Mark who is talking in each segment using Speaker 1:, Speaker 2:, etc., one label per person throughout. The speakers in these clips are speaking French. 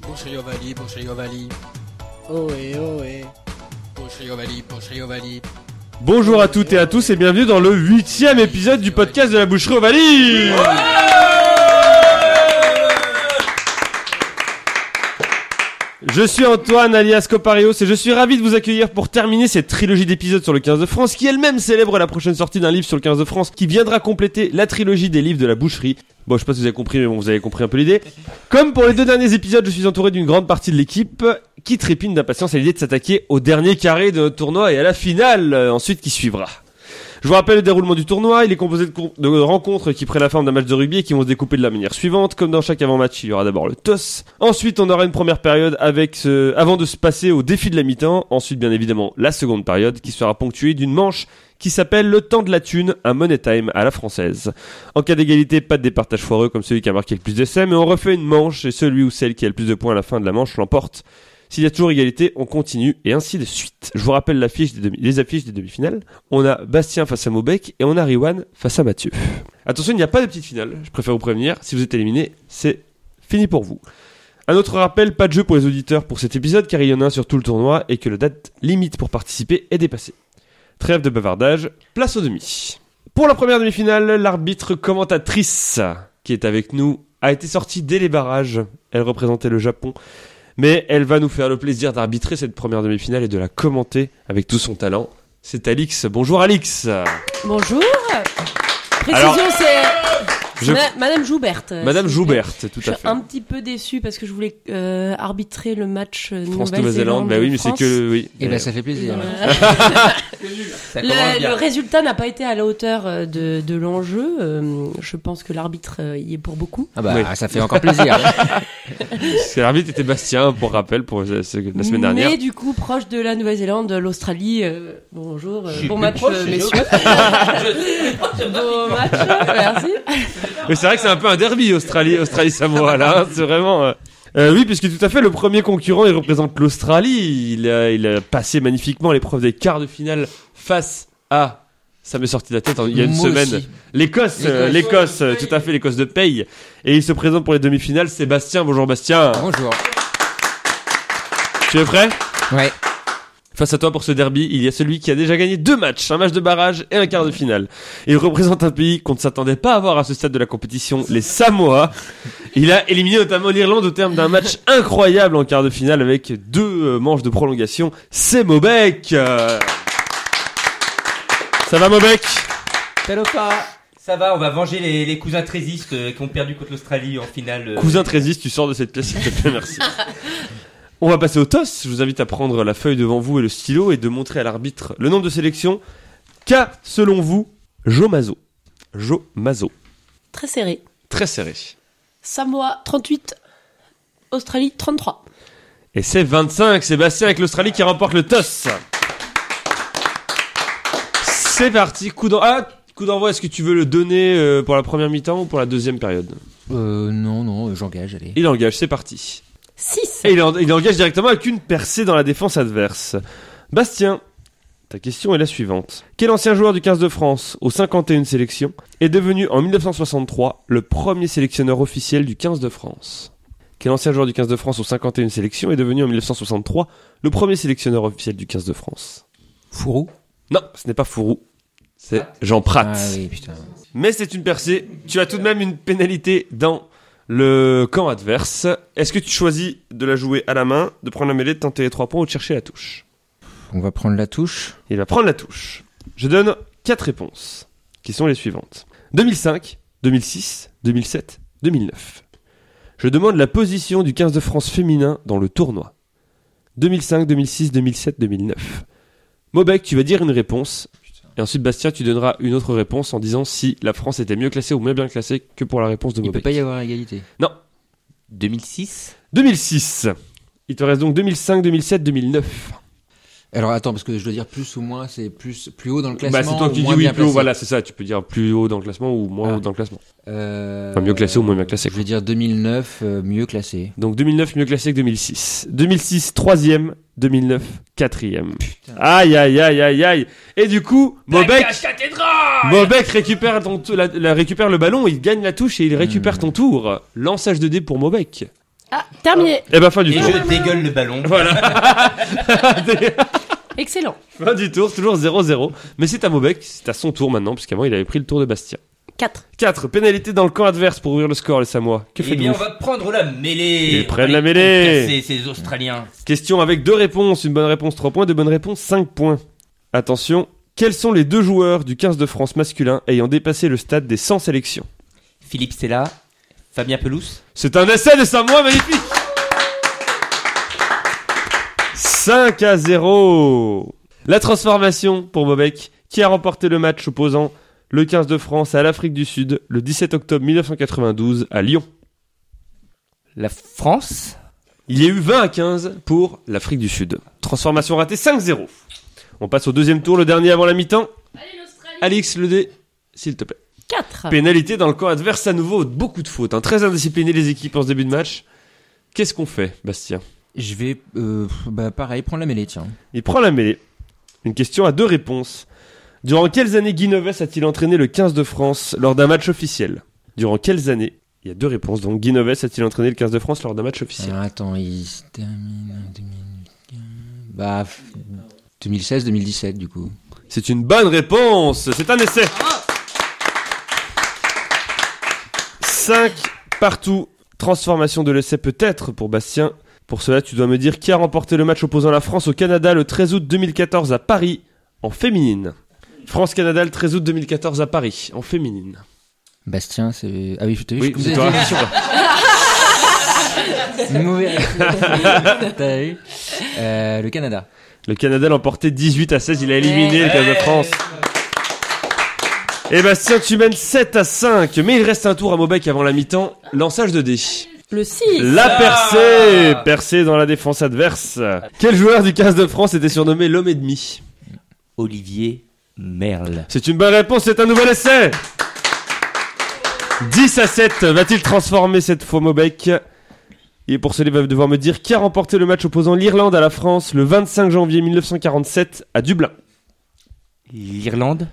Speaker 1: Pochriovali, Pochriovali,
Speaker 2: Ohé, ohé.
Speaker 1: Pochriovali, Pochriovali.
Speaker 3: Bonjour à toutes et à tous et bienvenue dans le huitième épisode du podcast de la boucherie Ovalie Je suis Antoine alias Coparios et je suis ravi de vous accueillir pour terminer cette trilogie d'épisodes sur le 15 de France qui elle-même célèbre la prochaine sortie d'un livre sur le 15 de France qui viendra compléter la trilogie des livres de la boucherie. Bon, je sais pas si vous avez compris, mais bon, vous avez compris un peu l'idée. Comme pour les deux derniers épisodes, je suis entouré d'une grande partie de l'équipe qui trépine d'impatience à l'idée de s'attaquer au dernier carré de notre tournoi et à la finale euh, ensuite qui suivra. Je vous rappelle le déroulement du tournoi, il est composé de, con- de rencontres qui prennent la forme d'un match de rugby et qui vont se découper de la manière suivante. Comme dans chaque avant-match, il y aura d'abord le toss. Ensuite, on aura une première période avec ce... avant de se passer au défi de la mi-temps. Ensuite, bien évidemment, la seconde période qui sera ponctuée d'une manche qui s'appelle le temps de la thune, un money time à la française. En cas d'égalité, pas de départage foireux comme celui qui a marqué le plus d'essais, mais on refait une manche et celui ou celle qui a le plus de points à la fin de la manche l'emporte. S'il y a toujours égalité, on continue et ainsi de suite. Je vous rappelle l'affiche des demi- les affiches des demi-finales. On a Bastien face à Maubec et on a Riwan face à Mathieu. Attention, il n'y a pas de petite finale. Je préfère vous prévenir. Si vous êtes éliminé, c'est fini pour vous. Un autre rappel, pas de jeu pour les auditeurs pour cet épisode car il y en a un sur tout le tournoi et que la date limite pour participer est dépassée. Trêve de bavardage, place aux demi. Pour la première demi-finale, l'arbitre commentatrice qui est avec nous a été sortie dès les barrages. Elle représentait le Japon mais elle va nous faire le plaisir d'arbitrer cette première demi-finale et de la commenter avec tout son talent. C'est Alix. Bonjour Alix.
Speaker 4: Bonjour. Précision,
Speaker 3: Alors,
Speaker 4: c'est
Speaker 3: je-
Speaker 4: Ma- Madame Joubert. euh,
Speaker 3: Madame
Speaker 4: s'il vous plaît.
Speaker 3: Joubert, tout
Speaker 4: Je
Speaker 3: à
Speaker 4: suis
Speaker 3: fait.
Speaker 4: un petit peu déçu parce que je voulais euh, arbitrer le match euh,
Speaker 3: France-Nouvelle-Zélande.
Speaker 4: Nouvelle-Zélande.
Speaker 3: Bah oui, mais c'est
Speaker 4: France. Euh,
Speaker 3: que oui.
Speaker 2: Eh
Speaker 3: Mais-
Speaker 2: ben, ça fait plaisir.
Speaker 1: Ça commence
Speaker 4: Le, le
Speaker 1: bien.
Speaker 4: résultat n'a pas été à la hauteur euh, de, de l'enjeu. Euh, je pense que l'arbitre euh, y est pour beaucoup.
Speaker 2: Ah bah,
Speaker 3: Oui.
Speaker 2: ça fait encore plaisir.
Speaker 3: Parce que l'arbitre était Bastien, pour rappel, pour euh, ce- la semaine dernière.
Speaker 4: Mais du coup, proche de la Nouvelle-Zélande, l'Australie. euh, bonjour. euh,
Speaker 1: Je suis
Speaker 4: bon
Speaker 1: plus
Speaker 4: match,
Speaker 1: proche,
Speaker 4: euh,
Speaker 1: c'est
Speaker 4: messieurs. bon match. euh, Merci.
Speaker 3: Mais c'est vrai que c'est un peu un derby Australie, Australie Samoa là. hein. C'est vraiment. euh, euh, oui, puisque tout à fait, le premier concurrent, il représente l'Australie. Il a, il a passé magnifiquement l'épreuve des quarts de finale face à. Ça m'est sorti de la tête hein, il y a une
Speaker 2: Moi
Speaker 3: semaine.
Speaker 2: aussi.
Speaker 3: L'Écosse, euh,
Speaker 1: L'Écosse.
Speaker 3: l'Écosse, euh, tout à fait l'Écosse de paye. Et il se présente pour les demi-finales. Sébastien, bonjour Bastien.
Speaker 2: Bonjour.
Speaker 3: Tu es prêt
Speaker 2: Ouais.
Speaker 3: Face à toi pour ce derby, il y a celui qui a déjà gagné deux matchs, un match de barrage et un quart de finale. Il représente un pays qu'on ne s'attendait pas à voir à ce stade de la compétition, les Samoa. Il a éliminé notamment l'Irlande au terme d'un match incroyable en quart de finale avec deux euh, manches de prolongation. C'est Mobek Euh, Ça va Mobek
Speaker 1: Talofa.
Speaker 5: Ça va, on va venger les, les cousins trésistes euh, qui ont perdu contre l'Australie en finale. euh.
Speaker 3: Cousin Trésiste, tu sors de cette pièce, s'il te plaît, merci. On va passer au toss. Je vous invite à prendre la feuille devant vous et le stylo et de montrer à l'arbitre le nombre de sélections qu'a, selon vous, Jomazo. Jomazo.
Speaker 4: Très serré.
Speaker 3: Très serré.
Speaker 4: Samoa 38, Australie 33.
Speaker 3: Et c'est 25, Sébastien avec l'Australie qui remporte le toss. C'est parti, coup d'envoi. Ah, coup d'envoi, est-ce que tu veux le donner euh, pour la première mi-temps ou pour la deuxième période
Speaker 2: Euh, non, non, j'engage, allez.
Speaker 3: Il engage, c'est parti.
Speaker 4: 6.
Speaker 3: Et il, en- il engage directement avec une percée dans la défense adverse. Bastien, ta question est la suivante. Quel ancien joueur du 15 de France, aux 51 sélections, est devenu en 1963 le premier sélectionneur officiel du 15 de France Quel ancien joueur du 15 de France, aux 51 sélections, est devenu en 1963 le premier sélectionneur officiel du 15 de France
Speaker 2: Fourou
Speaker 3: Non, ce n'est pas Fourou. C'est Jean Prat.
Speaker 2: Ah oui, putain.
Speaker 3: Mais c'est une percée. Tu as tout de même une pénalité dans le camp adverse. Est-ce que tu choisis de la jouer à la main, de prendre la mêlée, de tenter les trois points ou de chercher la touche
Speaker 2: On va prendre la touche.
Speaker 3: Il va prendre la touche. Je donne quatre réponses, qui sont les suivantes. 2005, 2006, 2007, 2009. Je demande la position du 15 de France féminin dans le tournoi. 2005, 2006, 2007, 2009. Mobek, tu vas dire une réponse. Et ensuite, Bastien, tu donneras une autre réponse en disant si la France était mieux classée ou moins bien classée que pour la réponse de
Speaker 2: Il peut
Speaker 3: Mobek.
Speaker 2: pas y avoir égalité.
Speaker 5: 2006
Speaker 3: 2006. Il te reste donc 2005, 2007, 2009.
Speaker 2: Alors attends, parce que je dois dire plus ou moins, c'est plus, plus haut dans le classement.
Speaker 3: Bah, c'est toi
Speaker 2: ou
Speaker 3: qui dis
Speaker 2: moins
Speaker 3: oui,
Speaker 2: bien
Speaker 3: plus haut,
Speaker 2: placé.
Speaker 3: voilà, c'est ça. Tu peux dire plus haut dans le classement ou moins
Speaker 2: Ah.
Speaker 3: haut dans le classement.
Speaker 2: Euh,
Speaker 3: Enfin, mieux classé ou moins bien classé,
Speaker 2: Je vais dire 2009, euh, mieux classé.
Speaker 3: Donc 2009 mieux classé que 2006. 2006 troisième, 2009 quatrième. Aïe aïe aïe aïe aïe. Et du coup, Mobek, Mobek récupère ton tou- la- la- récupère le ballon, il gagne la touche et il récupère
Speaker 2: Hmm.
Speaker 3: ton tour. Lançage de dés pour Mobek.
Speaker 4: Ah, terminé.
Speaker 3: Eh ben fin du
Speaker 5: Et
Speaker 3: tour.
Speaker 5: je dégueule le ballon.
Speaker 4: Excellent.
Speaker 3: Fin du tour, toujours 0-0. Mais c'est à Maubec, c'est à son tour maintenant, puisqu'avant il avait pris le tour de Bastia.
Speaker 4: 4.
Speaker 3: 4. Pénalité dans le camp adverse pour ouvrir le score, les Samois. Que
Speaker 5: Eh bien,
Speaker 3: faites-vous
Speaker 5: on va prendre la mêlée.
Speaker 3: Ils prennent la
Speaker 5: Allez,
Speaker 3: mêlée.
Speaker 5: on perd Ces, ces Australiens.
Speaker 3: Question avec deux réponses, une bonne réponse 3 points, deux bonnes réponses 5 points. Attention, quels sont les deux joueurs du 15 de France masculin ayant dépassé le stade des 100 sélections
Speaker 5: Philippe Sella, Fabien Pelouse.
Speaker 3: C'est un essai de Samoa magnifique 5 à 0 La transformation pour Bobek, qui a remporté le match opposant le 15 de France à l'Afrique du Sud le 17 octobre 1992 à Lyon.
Speaker 5: La France.
Speaker 3: Il y a eu 20 à 15 pour l'Afrique du Sud. Transformation ratée 5-0. On passe au deuxième tour, le dernier avant la mi-temps. Alix le dé, s'il te plaît.
Speaker 4: 4.
Speaker 3: Pénalité dans le camp adverse à nouveau, beaucoup de fautes. hein. Très indisciplinées les équipes en ce début de match. Qu'est-ce qu'on fait, Bastien
Speaker 6: Je vais, euh, bah pareil, prendre la mêlée, tiens.
Speaker 3: Il prend la mêlée. Une question à deux réponses. Durant quelles années Guy Novès a-t-il entraîné le 15 de France lors d'un match officiel Durant quelles années Il y a deux réponses. Donc Guy Novès a-t-il entraîné le 15 de France lors d'un match officiel
Speaker 6: Alors, attends, il se termine en 2015. Bah, f- 2016-2017 du coup.
Speaker 3: C'est une bonne réponse. C'est un essai. 5 partout. Transformation de l'essai peut-être pour Bastien. Pour cela, tu dois me dire qui a remporté le match opposant la France au Canada le 13 août 2014 à Paris en féminine. France-Canada le 13 août 2014 à Paris en féminine.
Speaker 6: Bastien, c'est... Ah oui, je t'ai vu,
Speaker 3: Oui,
Speaker 6: je vous
Speaker 3: c'est
Speaker 6: ai
Speaker 3: toi.
Speaker 6: dit- Mauvais réflexe. T'as vu Euh, Le Canada.
Speaker 3: Le Canada l'emportait 18 à 16. Il a éliminé le
Speaker 5: Ouais.
Speaker 3: cas de France. Et Bastien, tu mènes 7 à 5. Mais il reste un tour à Mobec avant la mi-temps. Lançage de dés.
Speaker 4: Le 6.
Speaker 3: La
Speaker 5: Ah
Speaker 3: percée Percée dans la défense adverse. Quel joueur du 15 de France était surnommé l'homme et demi
Speaker 5: Olivier Merle.
Speaker 3: C'est une bonne réponse, c'est un nouvel essai 10 à 7, va-t-il transformer cette fois Mobec Et pour cela, il va devoir me dire qui a remporté le match opposant l'Irlande à la France le 25 janvier 1947 à Dublin.
Speaker 5: L'Irlande.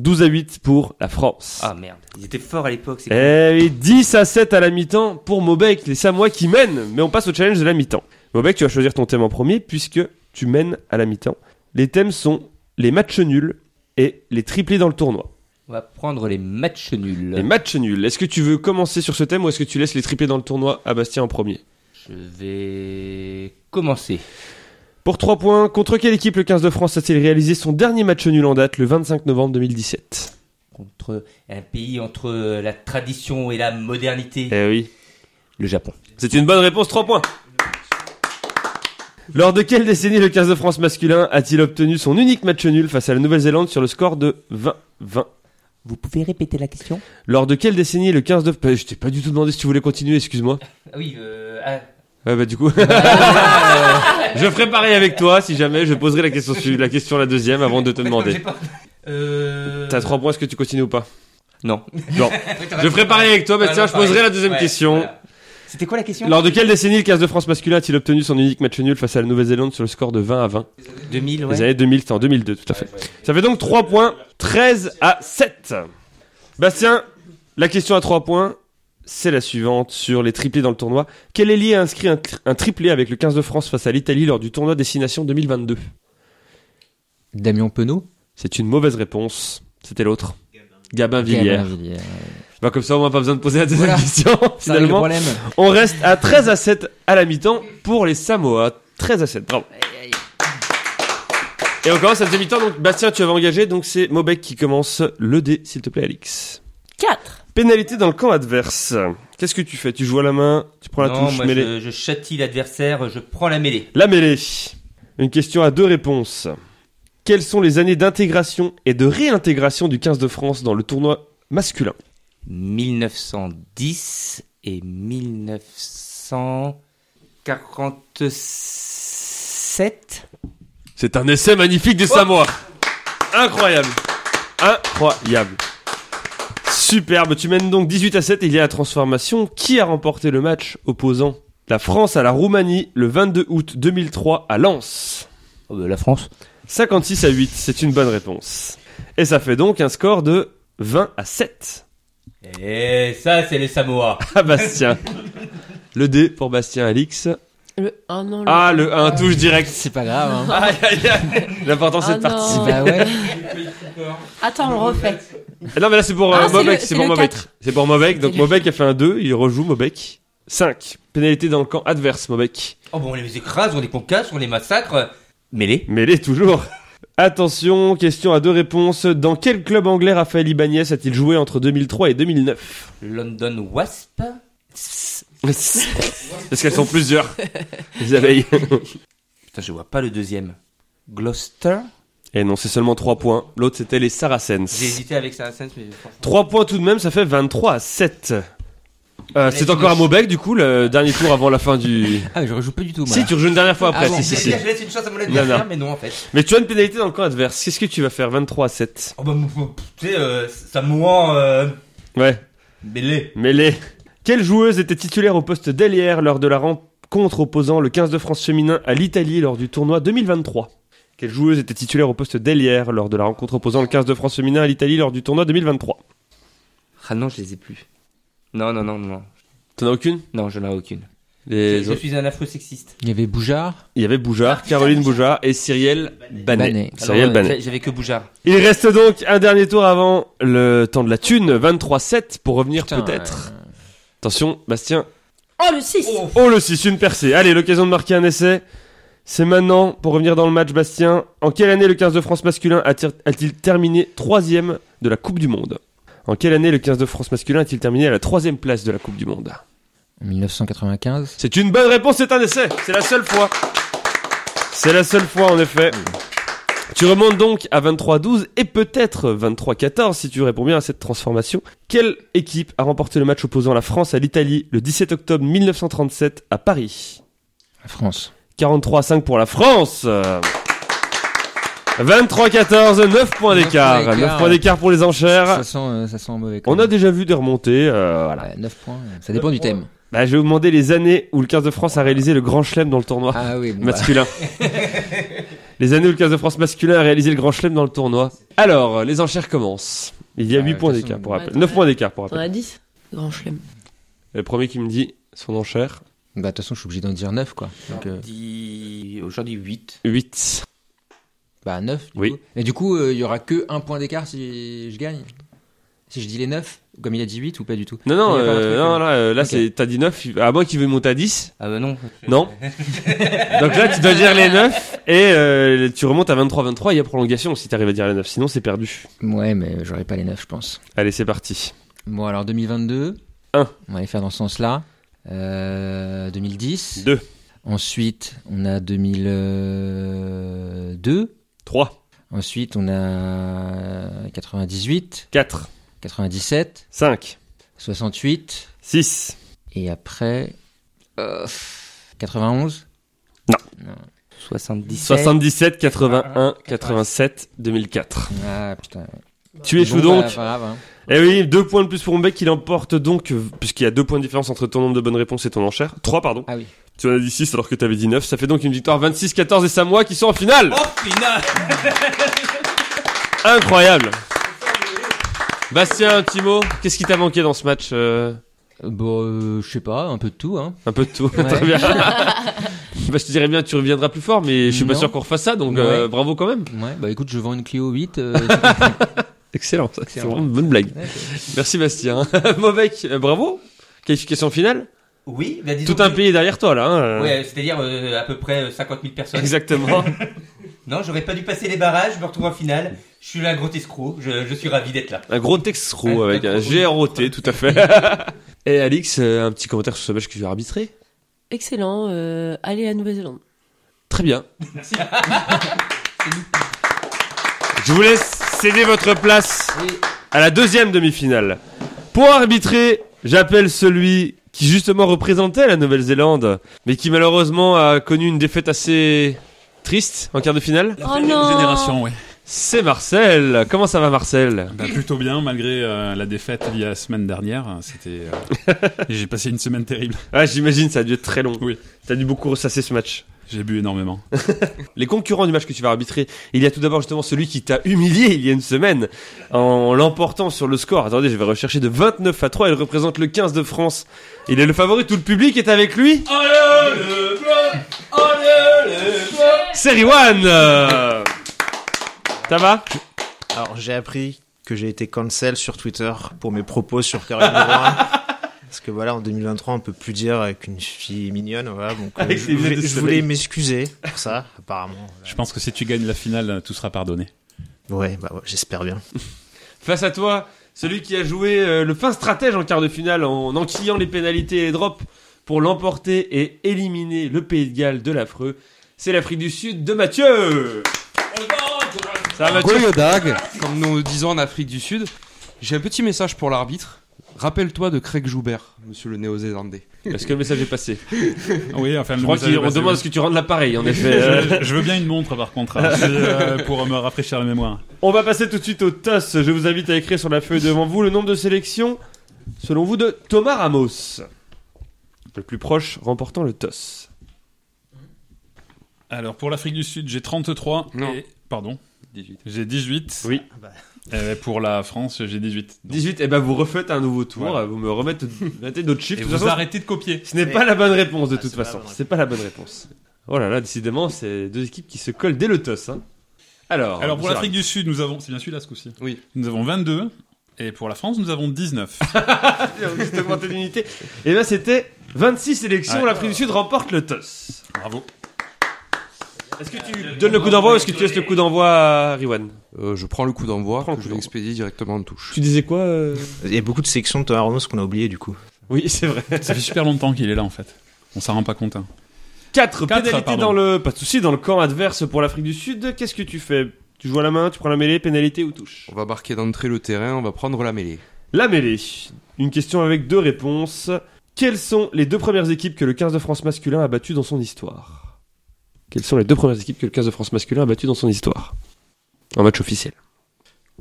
Speaker 3: 12 à 8 pour la France.
Speaker 5: Ah merde. Ils étaient forts à l'époque. c'est cool.
Speaker 3: Eh oui, 10 à 7 à la mi-temps pour Mobek, les Samois qui mènent, mais on passe au challenge de la mi-temps. Mobek, tu vas choisir ton thème en premier puisque tu mènes à la mi-temps. Les thèmes sont les matchs nuls et les triplés dans le tournoi.
Speaker 5: On va prendre les matchs
Speaker 3: Les
Speaker 5: nuls.
Speaker 3: matchs nuls, est-ce que tu veux commencer sur ce thème ou est-ce que tu laisses les triplés dans le tournoi à Bastien en premier
Speaker 5: Je vais commencer.
Speaker 3: Pour 3 points, contre quelle équipe le 15 de France a-t-il réalisé son dernier match nul en date le 25 novembre 2017
Speaker 5: Contre un pays entre la tradition et la modernité.
Speaker 3: Eh oui,
Speaker 5: Le Japon.
Speaker 3: C'est une bonne réponse, 3 points. Lors de quelle décennie le 15 de France masculin a-t-il obtenu son unique match nul face à la Nouvelle-Zélande sur le score de 20-20
Speaker 5: Vous pouvez répéter la question
Speaker 3: Lors de quelle décennie le 15 de... Bah, Je t'ai pas du tout demandé si tu voulais continuer, excuse-moi.
Speaker 5: Ah oui, euh, ah,
Speaker 3: Ouais, bah du coup... je ferai pareil avec toi, si jamais, je poserai la question, su- la question la deuxième avant de te demander.
Speaker 5: Euh...
Speaker 3: T'as 3 points, est-ce que tu continues ou pas
Speaker 5: Non.
Speaker 3: Non. Je ferai pareil avec toi, bah
Speaker 5: Ouais,
Speaker 3: tiens,
Speaker 5: Ah, non,
Speaker 3: je poserai
Speaker 5: pareil.
Speaker 3: la deuxième
Speaker 5: Ouais,
Speaker 3: question.
Speaker 5: voilà. C'était quoi la question
Speaker 3: Lors de quelle décennie le 15 de France masculin a-t-il obtenu son unique match nul face à la Nouvelle-Zélande sur le score de 20 à 20
Speaker 5: 2000,
Speaker 3: Les années 2000, c'était en 2002, tout à fait. Ça fait donc 3 points, 13 à 7. Bastien, la question à 3 points, c'est la suivante sur les triplés dans le tournoi. Quel ailier a inscrit un, tri- un triplé avec le 15 de France face à l'Italie lors du tournoi Destination 2022
Speaker 6: Damien Penaud.
Speaker 3: C'est une mauvaise réponse. C'était l'autre. Gabin Villiers.
Speaker 6: Gaël Villière.
Speaker 3: Bah, comme ça, on n'a pas besoin de poser la deuxième
Speaker 6: Voilà.
Speaker 3: question.
Speaker 6: Ça règle le
Speaker 3: Finalement,
Speaker 6: problème.
Speaker 3: on reste à 13 à 7 à la mi-temps pour les Samoa. 13 à 7, bravo. Et on commence à deuxième mi-temps, donc Bastien, tu avais engagé, donc c'est Mobek qui commence le dé, s'il te plaît, Alix.
Speaker 4: 4.
Speaker 3: Pénalité dans le camp adverse. Qu'est-ce que tu fais Tu joues à la main, tu prends la
Speaker 5: non,
Speaker 3: touche,
Speaker 5: moi,
Speaker 3: mêlée.
Speaker 5: je, je châtie l'adversaire, je prends la mêlée.
Speaker 3: La mêlée. Une question à deux réponses. Quelles sont les années d'intégration et de réintégration du 15 de France dans le tournoi masculin
Speaker 5: 1910 et 1947.
Speaker 3: C'est un essai magnifique
Speaker 4: Oh.
Speaker 3: des Samoa. Incroyable. Incroyable. Superbe. Tu mènes donc 18 à 7 et il y a la transformation. Qui a remporté le match opposant la France à la Roumanie le 22 août 2003 à Lens
Speaker 5: Oh, bah, la France.
Speaker 3: 56 à 8, c'est une bonne réponse. Et ça fait donc un score de 20 à 7
Speaker 5: Et Eh, ça, c'est les
Speaker 3: à
Speaker 5: Samoa.
Speaker 3: Ah, Bastien. Le D pour Bastien Alix.
Speaker 4: Le 1 non.
Speaker 3: Ah, le 1, touche direct.
Speaker 6: C'est pas grave. Hein.
Speaker 3: Aïe, aïe, aïe. L'important, c'est
Speaker 4: Ah
Speaker 3: de partir.
Speaker 4: non.
Speaker 6: Bah ouais.
Speaker 4: Attends, on le refait.
Speaker 3: Ah Non, mais là, c'est pour euh,
Speaker 4: Ah, c'est
Speaker 3: Mobek.
Speaker 4: le-
Speaker 3: C'est
Speaker 4: c'est
Speaker 3: pour
Speaker 4: le
Speaker 3: Mobek.
Speaker 4: quatre.
Speaker 3: C'est pour Mobek. Donc,
Speaker 4: C'est lui.
Speaker 3: Mobek a fait un 2. Il rejoue Mobek. 5. Pénalité dans le camp adverse, Mobek.
Speaker 5: Oh bon, on les écrase, on les concasse, on les massacre. Mêlé.
Speaker 3: Mêlé toujours. Attention, question à deux réponses. Dans quel club anglais Raphaël Ibanez a-t-il joué entre 2003 et 2009
Speaker 5: London Wasp.
Speaker 3: Parce qu'elles sont plusieurs, les abeilles.
Speaker 5: Putain, je vois pas le deuxième. Gloucester.
Speaker 3: Et Eh non, c'est seulement 3 points. L'autre, c'était les
Speaker 5: J'ai
Speaker 3: Saracens.
Speaker 5: hésité avec Saracens, mais franchement.
Speaker 3: 3 points tout de même, ça fait 23 à 7. Euh, c'est
Speaker 5: Allez,
Speaker 3: encore à
Speaker 5: finish.
Speaker 3: Maubec, du coup, le dernier tour avant la fin du...
Speaker 6: Ah, je rejoue pas du tout. moi,
Speaker 3: Si,
Speaker 6: là.
Speaker 3: tu rejoues une dernière fois après,
Speaker 6: Ah bon.
Speaker 3: si,
Speaker 5: Je
Speaker 3: si, si.
Speaker 5: je laisse une chance à mon
Speaker 3: Non, non.
Speaker 5: adversaire, mais non en fait.
Speaker 3: Mais tu as une pénalité dans le camp adverse. Qu'est-ce que tu vas faire 23 à 7.
Speaker 5: Oh bah, mou- mou- tu sais, euh, ça mourant euh,
Speaker 3: Ouais,
Speaker 5: mêlé.
Speaker 3: mêlée. Quelle joueuse était titulaire au poste d'ailière lors de la rencontre opposant le 15 de France féminin à l'Italie lors du tournoi 2023 Quelle joueuse était titulaire au poste d'ailière lors de la rencontre opposant le 15 de France féminin à l'Italie lors du tournoi 2023
Speaker 5: Ah non, je les ai plus. Non, non, non, non.
Speaker 3: T'en as aucune
Speaker 5: Non, je n'en ai aucune.
Speaker 3: Les
Speaker 5: je
Speaker 3: autres.
Speaker 5: suis un affreux sexiste.
Speaker 6: Il y avait Boujard.
Speaker 3: Il y avait Boujard, Caroline Boujard et Cyrielle Banet.
Speaker 6: Banet.
Speaker 3: Cyrielle
Speaker 5: Alors,
Speaker 3: Banet.
Speaker 5: j'a- J'avais que Boujard.
Speaker 3: Il reste donc un dernier tour avant le temps de la thune, 23-7 pour revenir
Speaker 6: Putain,
Speaker 3: peut-être. Attention, Bastien.
Speaker 4: Oh, le 6
Speaker 3: Oh le 6, une percée. Allez, l'occasion de marquer un essai. C'est maintenant pour revenir dans le match, Bastien. En quelle année le 15 de France masculin a-t-il a-t-il terminé troisième de la Coupe du Monde En quelle année le 15 de France masculin a-t-il terminé à la troisième place de la Coupe du Monde
Speaker 6: euh, 1995.
Speaker 3: C'est une bonne réponse, c'est un essai. C'est la seule fois. C'est la seule fois, en effet. Tu remontes donc à 23-12 et peut-être 23-14 si tu réponds bien à cette transformation. Quelle équipe a remporté le match opposant la France à l'Italie le 17 octobre 1937 à Paris
Speaker 6: La France.
Speaker 3: 43-5 pour la France. Euh, 23-14, 9 points
Speaker 6: Neuf
Speaker 3: d'écart.
Speaker 6: points d'écart.
Speaker 3: 9 points d'écart pour les enchères.
Speaker 6: Ça sent, euh, ça sent mauvais.
Speaker 3: On a déjà vu des remontées. euh, voilà.
Speaker 6: 9 points. Ça dépend du thème.
Speaker 3: Bah, je vais vous demander les années où le 15 de France a réalisé le grand chelem dans le tournoi.
Speaker 6: Ah oui, bon, bah,
Speaker 3: masculin. les années où le 15 de France masculin a réalisé le grand chelem dans le tournoi. Alors, les enchères commencent. Il y a
Speaker 6: Ah,
Speaker 3: 8
Speaker 6: de toute
Speaker 3: points
Speaker 6: façon,
Speaker 3: d'écart pour
Speaker 4: ouais,
Speaker 3: rappel.
Speaker 4: t'en
Speaker 3: 9
Speaker 4: as-
Speaker 3: points d'écart pour
Speaker 4: T'en
Speaker 3: rappel.
Speaker 4: as 10 Grand chelem.
Speaker 3: Le premier qui me dit son enchère,
Speaker 6: bah, de toute façon, je suis obligé d'en dire 9 quoi. Donc, euh,
Speaker 5: Dis- Aujourd'hui 8.
Speaker 3: 8.
Speaker 6: bah 9. Du
Speaker 3: Oui.
Speaker 6: Coup. Et du coup, euh, il y aura que un point d'écart si je gagne. Si je dis les 9, comme il a dit 8 ou pas du tout.
Speaker 3: Non, non,
Speaker 6: Il y a pas un
Speaker 3: euh,
Speaker 6: truc,
Speaker 3: non,
Speaker 6: euh,
Speaker 3: là, euh, là
Speaker 6: Ok.
Speaker 3: c'est, t'as dit 9, à moins qu'il veuille monter à 10.
Speaker 5: Ah bah non.
Speaker 3: Non. Donc là, tu dois dire les 9 et euh, tu remontes à 23-23. Il y a prolongation si t'arrives à dire les 9, sinon c'est perdu.
Speaker 6: Ouais, mais j'aurai pas les 9, je pense.
Speaker 3: Allez, c'est parti.
Speaker 6: euh. Bon, alors 2022.
Speaker 3: Un.
Speaker 6: On va les faire dans ce sens-là. Euh, 2010.
Speaker 3: 2,
Speaker 6: Ensuite, on a 2002.
Speaker 3: 3,
Speaker 6: Ensuite, on a 98,
Speaker 3: 4,
Speaker 6: 97,
Speaker 3: 5,
Speaker 6: 68.
Speaker 3: 6.
Speaker 6: Et après, euh, 91.
Speaker 5: 70.
Speaker 3: 77, 81, 87, 2004.
Speaker 6: Ah putain.
Speaker 3: Tu échoues
Speaker 6: Bon,
Speaker 3: donc.
Speaker 6: bah, pas grave, hein.
Speaker 3: Eh oui, deux points de plus pour Mbeck, il emporte donc, euh, puisqu'il y a deux points de différence entre ton nombre de bonnes réponses et ton enchère. Trois, pardon.
Speaker 6: Ah oui.
Speaker 3: Tu en as dit 6 alors que t'avais dit 9. Ça fait donc une victoire 26-14 et Samoa qui sont en finale.
Speaker 5: Oh final
Speaker 3: Incroyable. Bastien, Timo, qu'est-ce qui t'a manqué dans ce match euh,
Speaker 6: Euh, Bon, euh, je sais pas, un peu de tout. Hein.
Speaker 3: Un peu de tout. Très bien. bah, je te dirais bien, tu reviendras plus fort, mais je suis pas
Speaker 6: Non.
Speaker 3: sûr qu'on refasse ça, donc euh,
Speaker 6: Ouais.
Speaker 3: bravo quand même.
Speaker 6: Ouais, bah écoute, je vends une Clio 8. euh,
Speaker 3: Excellent, ça, c'est
Speaker 6: Excellent.
Speaker 3: vraiment une bonne blague.
Speaker 6: ouais,
Speaker 3: Merci Bastien. Mbeck, euh, bravo. Qualification finale.
Speaker 5: Oui, bah disons
Speaker 3: Tout un
Speaker 5: que-
Speaker 3: pays derrière toi là. hein, euh,
Speaker 5: Ouais, c'est-à-dire euh, à peu près euh, 50 000 personnes.
Speaker 3: Exactement.
Speaker 5: Non, j'aurais pas dû passer les barrages, je me retrouve en finale. Je suis là, un gros escroc, je, je suis ravi d'être là.
Speaker 3: Un gros textro
Speaker 5: Un
Speaker 3: avec un
Speaker 5: textro.
Speaker 3: GROT, tout à fait. Et Alix, euh, un petit commentaire sur ce match que tu as arbitré
Speaker 4: Excellent. euh, allez à Nouvelle-Zélande.
Speaker 3: Très bien. Je vous laisse céder votre place à la deuxième demi-finale. Pour arbitrer, j'appelle celui qui justement représentait la Nouvelle-Zélande, mais qui malheureusement a connu une défaite assez triste en quart de finale.
Speaker 1: La
Speaker 4: Oh
Speaker 1: première
Speaker 4: non.
Speaker 1: génération, ouais.
Speaker 3: C'est Marcel. Comment ça va Marcel
Speaker 1: Bah, plutôt bien, malgré euh, la défaite il y a la semaine dernière. hein, C'était. euh, J'ai passé une semaine terrible.
Speaker 3: Ah, j'imagine, ça a dû être très long.
Speaker 1: Oui.
Speaker 3: T'as dû beaucoup ressasser ce match.
Speaker 1: J'ai bu énormément.
Speaker 3: Les concurrents du match que tu vas arbitrer, il y a tout d'abord justement celui qui t'a humilié il y a une semaine en l'emportant sur le score. Attendez, je vais rechercher de 29 à 3, il représente le 15 de France. Il est le favori, tout le public est avec lui. C'est Riwan euh. Ça va
Speaker 7: Alors j'ai appris que j'ai été cancel sur Twitter pour mes propos sur Caroline Lebrun. Parce que voilà, en 2023, on peut plus dire qu'une fille est mignonne, voilà. Donc, euh,
Speaker 3: Avec
Speaker 7: je,
Speaker 3: ses lunettes
Speaker 7: je-
Speaker 3: de
Speaker 7: je
Speaker 3: soleil.
Speaker 7: voulais m'excuser pour ça, apparemment.
Speaker 1: Je pense que si tu gagnes la finale, tout sera pardonné.
Speaker 7: Ouais, bah ouais, j'espère bien.
Speaker 3: Face à toi, celui qui a joué euh, le fin stratège en quart de finale en enquillant les pénalités et les drops pour l'emporter et éliminer le Pays de Galles de l'affreux, c'est l'Afrique du Sud de Mathieu Ça va Mathieu
Speaker 2: Dag
Speaker 8: comme nous le disons en Afrique du Sud. J'ai un petit message pour l'arbitre. Rappelle-toi de Craig Joubert, monsieur le néo-zélandais.
Speaker 3: Est-ce que le message est passé
Speaker 1: Oui, enfin,
Speaker 3: Je
Speaker 1: le
Speaker 3: crois
Speaker 1: message est
Speaker 3: qu'on
Speaker 1: passé,
Speaker 3: demande à
Speaker 1: oui.
Speaker 3: ce que tu rendes l'appareil, en effet. Euh,
Speaker 1: je, je veux bien une montre par contre, hein, c'est, euh, pour me rafraîchir la mémoire.
Speaker 3: On va passer tout de suite au TAS. Je vous invite à écrire sur la feuille devant vous le nombre de sélections, selon vous, de Thomas Ramos. Le plus proche remportant le TOS.
Speaker 1: Alors pour l'Afrique du Sud, j'ai 33.
Speaker 8: Non.
Speaker 1: Et... Pardon. J'ai 18.
Speaker 3: Oui.
Speaker 1: Euh, pour la France, j'ai 18. Donc,
Speaker 3: 18, et ben vous refaites un nouveau tour,
Speaker 1: Voilà.
Speaker 3: vous me remettez mettez d'autres chiffres.
Speaker 1: Et
Speaker 3: De toute
Speaker 1: vous
Speaker 3: façon,
Speaker 1: arrêtez de copier.
Speaker 3: ce n'est pas la bonne réponse de
Speaker 7: Ah,
Speaker 3: toute
Speaker 7: c'est pas la
Speaker 3: façon.
Speaker 7: bonne
Speaker 3: C'est pas la bonne réponse. Oh là là, décidément, c'est deux équipes qui se collent dès le TOS. hein. Alors,
Speaker 1: Alors pour
Speaker 3: c'est
Speaker 1: l'Afrique du Sud, nous avons. C'est bien celui-là ce coup-ci.
Speaker 8: Oui.
Speaker 1: Nous avons 22. Et pour la France, nous avons 19.
Speaker 3: vrai, juste augmenter l'unité. Et ben c'était 26 sélections,
Speaker 1: Ouais.
Speaker 3: l'Afrique du Sud remporte le TOS.
Speaker 1: Bravo.
Speaker 3: Est-ce que tu donnes le coup d'envoi ou est-ce que tu laisses le coup d'envoi à Riwan
Speaker 8: Euh, je prends le coup d'envoi
Speaker 3: Prends le
Speaker 8: que
Speaker 3: coup
Speaker 8: je vais
Speaker 3: d'envoi.
Speaker 8: expédier directement en touche.
Speaker 3: Tu disais quoi euh
Speaker 7: Il y a beaucoup de sections de Thomas Ramos qu'on a oublié du coup.
Speaker 3: Oui, c'est vrai.
Speaker 1: Ça fait super longtemps qu'il est là en fait. On s'en rend pas compte. hein.
Speaker 3: 4
Speaker 1: Quatre,
Speaker 3: pénalités
Speaker 1: pardon.
Speaker 3: dans le pas de souci dans le camp adverse pour l'Afrique du Sud. Qu'est-ce que tu fais Tu joues à la main, tu prends la mêlée, pénalité ou touche
Speaker 8: On va marquer d'entrée le terrain, on va prendre la mêlée.
Speaker 3: La mêlée. Une question avec deux réponses. Quelles sont les deux premières équipes que le 15 de France masculin a battues dans son histoire Quelles sont les deux premières équipes que le 15 de France masculin a battues dans son histoire En match officiel.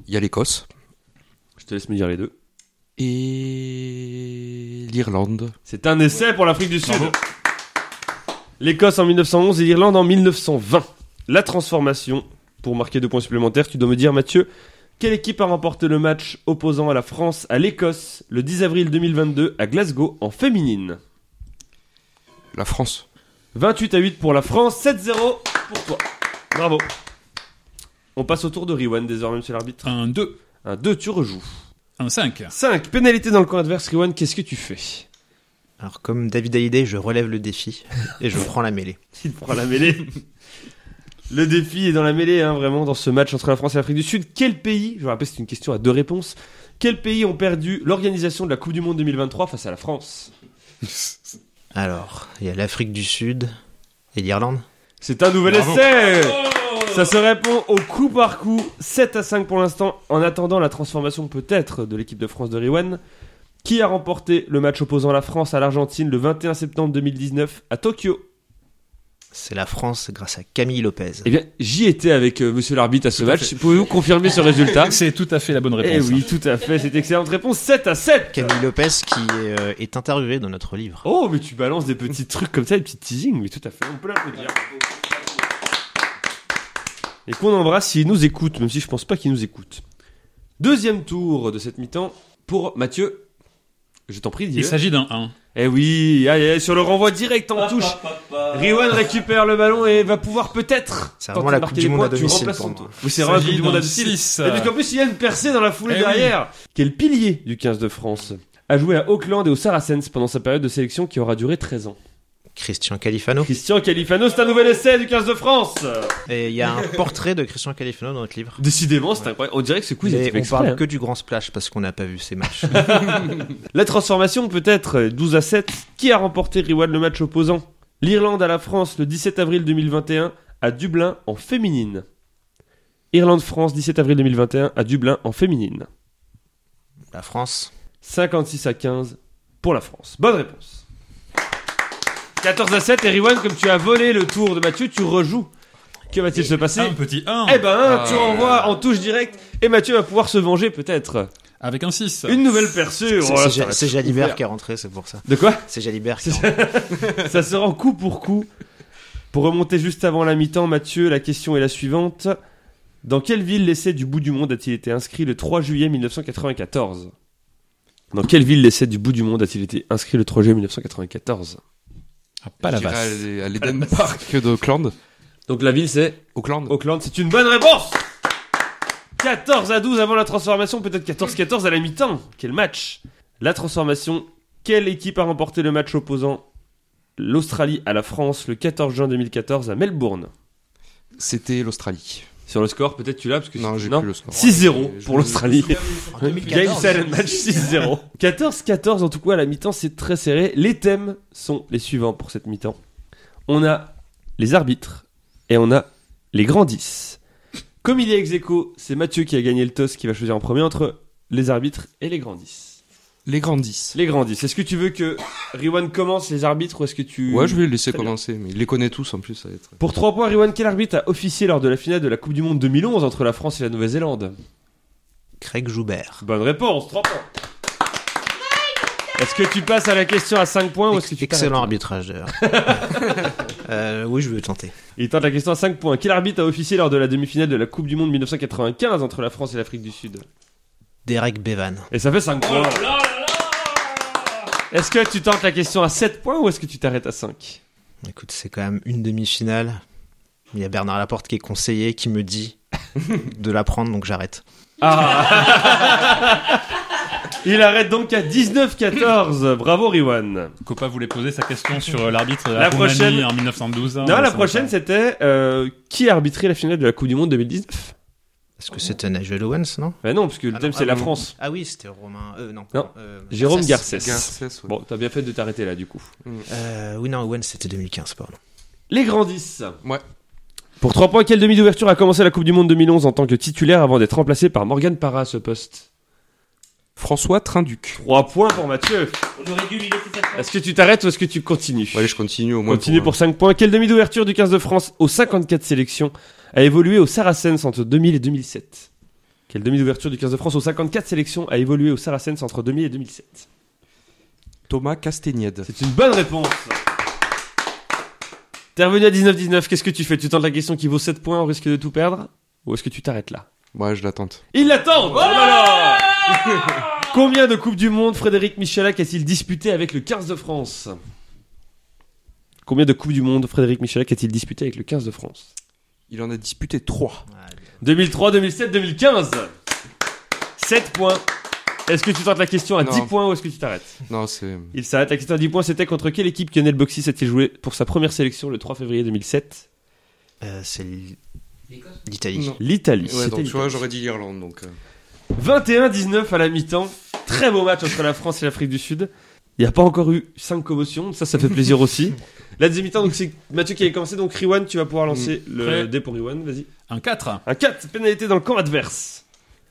Speaker 8: Il y a l'Écosse
Speaker 3: Je te laisse me dire les deux.
Speaker 8: et l'Irlande.
Speaker 3: C'est un essai pour l'Afrique du Sud. L'Écosse en 1911 et l'Irlande en 1920. La transformation. Pour marquer deux points supplémentaires, tu dois me dire, Mathieu, quelle équipe a remporté le match opposant à la France à l'Écosse le 10 avril 2022 à Glasgow en féminine
Speaker 8: La France.
Speaker 3: 28 à 8 pour la France, 7-0 pour toi. Bravo. On passe au tour de Riwan désormais, monsieur l'arbitre.
Speaker 1: Un 2.
Speaker 3: Un 2, tu rejoues.
Speaker 1: Un 5.
Speaker 3: 5, pénalité dans le camp adverse, Riwan, qu'est-ce que tu fais
Speaker 7: Alors comme David Hallyday, je relève le défi et je prends la mêlée.
Speaker 3: Il prend la mêlée. Le défi est dans la mêlée, hein, vraiment, dans ce match entre la France et l'Afrique du Sud. Quel pays, je vous rappelle, c'est une question à deux réponses, quels pays ont perdu l'organisation de la Coupe du Monde 2023 face à la France
Speaker 7: Alors, il y a l'Afrique du Sud et l'Irlande.
Speaker 3: C'est un nouvel essai
Speaker 1: Oh.
Speaker 3: Ça se répond au coup par coup, 7 à 5 pour l'instant, en attendant la transformation peut-être de l'équipe de France de Riwan. Qui a remporté le match opposant la France à l'Argentine le 21 septembre 2019 à Tokyo
Speaker 7: C'est la France grâce à Camille Lopez.
Speaker 3: Eh bien, j'y étais avec euh, monsieur l'arbitre à ce match. Pouvez-vous confirmer ce résultat
Speaker 1: C'est tout à fait la bonne
Speaker 3: Eh
Speaker 1: réponse.
Speaker 3: oui, tout à fait, cette excellente réponse. 7 à 7
Speaker 7: Camille Lopez qui euh, est interviewé dans notre livre.
Speaker 3: Oh, mais tu balances des petits trucs comme ça, des petits teasings, mais tout à fait, on peut l'applaudir. Et qu'on embrasse s'il nous écoute, même si je pense pas qu'il nous écoute. Deuxième tour de cette mi-temps pour Mathieu. Je t'en prie,
Speaker 1: Il
Speaker 3: dis-le.
Speaker 1: s'agit d'un 1.
Speaker 3: Eh oui, allez, allez, sur le renvoi direct en touche. Riwan récupère le ballon et va pouvoir peut-être.
Speaker 7: C'est
Speaker 3: tenter
Speaker 7: vraiment la
Speaker 3: de
Speaker 7: Coupe
Speaker 3: marquer
Speaker 7: du
Speaker 3: des
Speaker 7: Monde à
Speaker 3: points, tu
Speaker 7: domicile
Speaker 3: remplaces
Speaker 7: pour
Speaker 3: son
Speaker 7: moi.
Speaker 3: tour. Oui, c'est vraiment la Coupe du Monde à domicile. Et puis qu'en plus, il y a une percée dans la foulée
Speaker 1: Eh oui.
Speaker 3: derrière. Quel pilier du 15 de France a joué à Auckland et aux Saracens pendant sa période de sélection qui aura duré 13 ans.
Speaker 7: Christian Califano.
Speaker 3: Christian Califano, c'est un nouvel essai du 15 de France
Speaker 7: Et il y a un portrait de Christian Califano dans notre livre.
Speaker 3: Décidément, c'est incroyable. On dirait que ce quiz
Speaker 7: Mais
Speaker 3: est fait
Speaker 7: on
Speaker 3: exprès, hein.
Speaker 7: parle que du grand splash parce qu'on n'a pas vu ces matchs.
Speaker 3: La transformation peut-être, euh, 12 à 7. Qui a remporté Riwan le match opposant L'Irlande à la France le 17 avril 2021 à Dublin en féminine. Irlande-France 17 avril 2021 à Dublin en féminine.
Speaker 7: la France.
Speaker 3: 56 à 15 pour la France. Bonne réponse. 14 à 7 et Riwan, comme tu as volé le tour de Mathieu, tu rejoues. Que va-t-il se passer
Speaker 1: Un petit 1.
Speaker 3: Eh ben,
Speaker 8: Ah.
Speaker 3: tu renvoies en touche directe et Mathieu va pouvoir se venger peut-être.
Speaker 1: Avec un 6.
Speaker 3: Une nouvelle perçure.
Speaker 7: C'est-
Speaker 3: Oh là,
Speaker 7: c'est
Speaker 3: ça
Speaker 7: Ja-
Speaker 3: va
Speaker 7: c'est
Speaker 3: être
Speaker 7: Jalibert
Speaker 3: ouvert.
Speaker 7: qui est rentré, c'est pour ça.
Speaker 3: De quoi
Speaker 7: C'est Jalibert qui
Speaker 3: C'est
Speaker 7: est rentré.
Speaker 3: Ça se rend coup pour coup. Pour remonter juste avant la mi-temps, Mathieu, la question est la suivante. Dans quelle ville l'essai du bout du monde a-t-il été inscrit le 3 juillet 1994 Dans quelle ville l'essai du bout du monde a-t-il été inscrit le 3 juillet 1994
Speaker 1: Ah, pas la
Speaker 8: Je dirais
Speaker 1: basse.
Speaker 8: à- à l'Eden Park d'Auckland.
Speaker 3: Donc la ville c'est
Speaker 8: Auckland.
Speaker 3: Auckland, c'est une bonne réponse 14 à 12 avant la transformation, peut-être 14-14 à la mi-temps. Quel match La transformation, quelle équipe a remporté le match opposant l'Australie à la France le 14 juin 2014 à Melbourne
Speaker 8: C'était l'Australie.
Speaker 3: Sur le score, peut-être tu l'as parce que
Speaker 8: Non, j'ai plus le score.
Speaker 3: 6-0
Speaker 8: Je-
Speaker 3: pour l'Australie.
Speaker 7: En
Speaker 3: Game
Speaker 7: 2014,
Speaker 3: set and match 6-0. 14-14 en tout cas à la mi-temps, c'est très serré. Les thèmes sont les suivants pour cette mi-temps. On a les arbitres et on a les grands 10. Comme il est ex aequo, c'est Mathieu qui a gagné le toss qui va choisir en premier entre les arbitres et les grands 10.
Speaker 8: Les grandes 10.
Speaker 3: Les grands 10. Est-ce que tu veux que Riwan commence les arbitres ou est-ce que tu...
Speaker 8: Ouais, je vais le laisser
Speaker 3: Très bien.
Speaker 8: commencer, mais il les connaît tous en plus. Ça va être...
Speaker 3: Pour 3 points, Riwan, quel arbitre a officié lors de la finale de la Coupe du Monde 2011 entre la France et la Nouvelle-Zélande
Speaker 7: Craig Joubert.
Speaker 3: Bonne réponse, 3 points. Est-ce que tu passes à la question à 5
Speaker 7: Ah,
Speaker 3: points ou est-ce que tu t'arrêtes
Speaker 7: Excellent arbitrage d'ailleurs. Euh, oui, je veux tenter.
Speaker 3: Il tente la question à 5 points. Quel arbitre a officié lors de la demi-finale de la Coupe du Monde 1995 entre la France et l'Afrique du Sud
Speaker 7: Derek Bevan.
Speaker 3: Et ça fait 5 points.
Speaker 1: Oh
Speaker 3: Est-ce que tu tentes la question à 7 points ou est-ce que tu t'arrêtes à 5
Speaker 7: Écoute, c'est quand même une demi-finale. Il y a Bernard Laporte qui est conseiller, qui me dit de la prendre, donc j'arrête.
Speaker 3: Ah Il arrête donc à 19-14. Bravo, Riwan.
Speaker 1: Copa voulait poser sa question sur euh, l'arbitre de
Speaker 3: La
Speaker 1: la, Roumanie
Speaker 3: prochaine-
Speaker 1: en 1912. hein,
Speaker 3: non, la
Speaker 1: ça
Speaker 3: prochaine,
Speaker 1: va
Speaker 3: c'était euh, qui a arbitré la finale de la Coupe du Monde 2019
Speaker 7: Est-ce que c'était Nigel Owens, non
Speaker 3: Ben non, parce que le
Speaker 7: Ah non,
Speaker 3: thème,
Speaker 7: ah
Speaker 3: c'est la
Speaker 7: bon.
Speaker 3: France.
Speaker 7: Ah oui, c'était Romain. Euh, non.
Speaker 3: Non.
Speaker 7: euh,
Speaker 3: Jérôme
Speaker 7: Assas.
Speaker 3: Garcès.
Speaker 8: Garcès, ouais.
Speaker 3: Bon, t'as bien fait de t'arrêter là, du coup.
Speaker 7: Euh, oui, non, Owens, c'était 2015, pardon.
Speaker 3: Les grandissent.
Speaker 8: Ouais.
Speaker 3: Pour 3 points, quelle demi d'ouverture a commencé la Coupe du Monde 2011 en tant que titulaire avant d'être remplacé par Morgan Parra à ce poste
Speaker 8: François Trinduc.
Speaker 3: 3 points pour Mathieu.
Speaker 5: On aurait dû lui laisser cette chance.
Speaker 3: Est-ce que tu t'arrêtes ou est-ce que tu continues
Speaker 8: Bon, allez, je continue au moins. hein.
Speaker 3: Continue pour 5 points. Quelle demi d'ouverture du 15 de France aux 54 sélections a évolué au Saracens entre 2000 et 2007 Quelle demi d'ouverture du 15 de France aux 54 sélections a évolué au Saracens entre 2000 et 2007
Speaker 8: Thomas Castaignède.
Speaker 3: C'est une bonne réponse. T'es revenu à 19-19, qu'est-ce que tu fais Tu tentes la question qui vaut 7 points au risque de tout perdre Ou est-ce que tu t'arrêtes là
Speaker 8: Ouais, je l'attends.
Speaker 3: Ils l'attendent Voilà Combien de Coupes du Monde Frédéric Michalak a-t-il disputé avec le 15 de France Combien de Coupes du Monde Frédéric Michalak a-t-il disputé avec le 15 de France
Speaker 8: Il en a disputé 3.
Speaker 3: 2003, 2007, 2015 7 points Est-ce que tu tentes la question à
Speaker 8: Non.
Speaker 3: 10 points ou est-ce que tu t'arrêtes
Speaker 8: Non, c'est.
Speaker 3: Il s'arrête. La question à 10 points, c'était contre quelle équipe Lionel Boxis a-t-il joué pour sa première sélection le 3 février 2007
Speaker 7: Euh, c'est l- l'Italie.
Speaker 8: Non.
Speaker 3: L'Italie.
Speaker 8: Ouais,
Speaker 3: C'était
Speaker 8: donc, tu vois,
Speaker 3: l'Italie.
Speaker 8: j'aurais dit l'Irlande. Donc, euh.
Speaker 3: 21-19 à la mi-temps. Très beau match entre la France et l'Afrique du Sud. Il n'y a pas encore eu 5 commotions, ça, ça fait plaisir aussi. La deuxième mi-temps, donc c'est Mathieu qui avait commencé, donc Riwan, tu vas pouvoir lancer le
Speaker 1: Prêt.
Speaker 3: dé pour Riwan, vas-y.
Speaker 1: Un 4.
Speaker 3: Un 4, pénalité dans le camp adverse.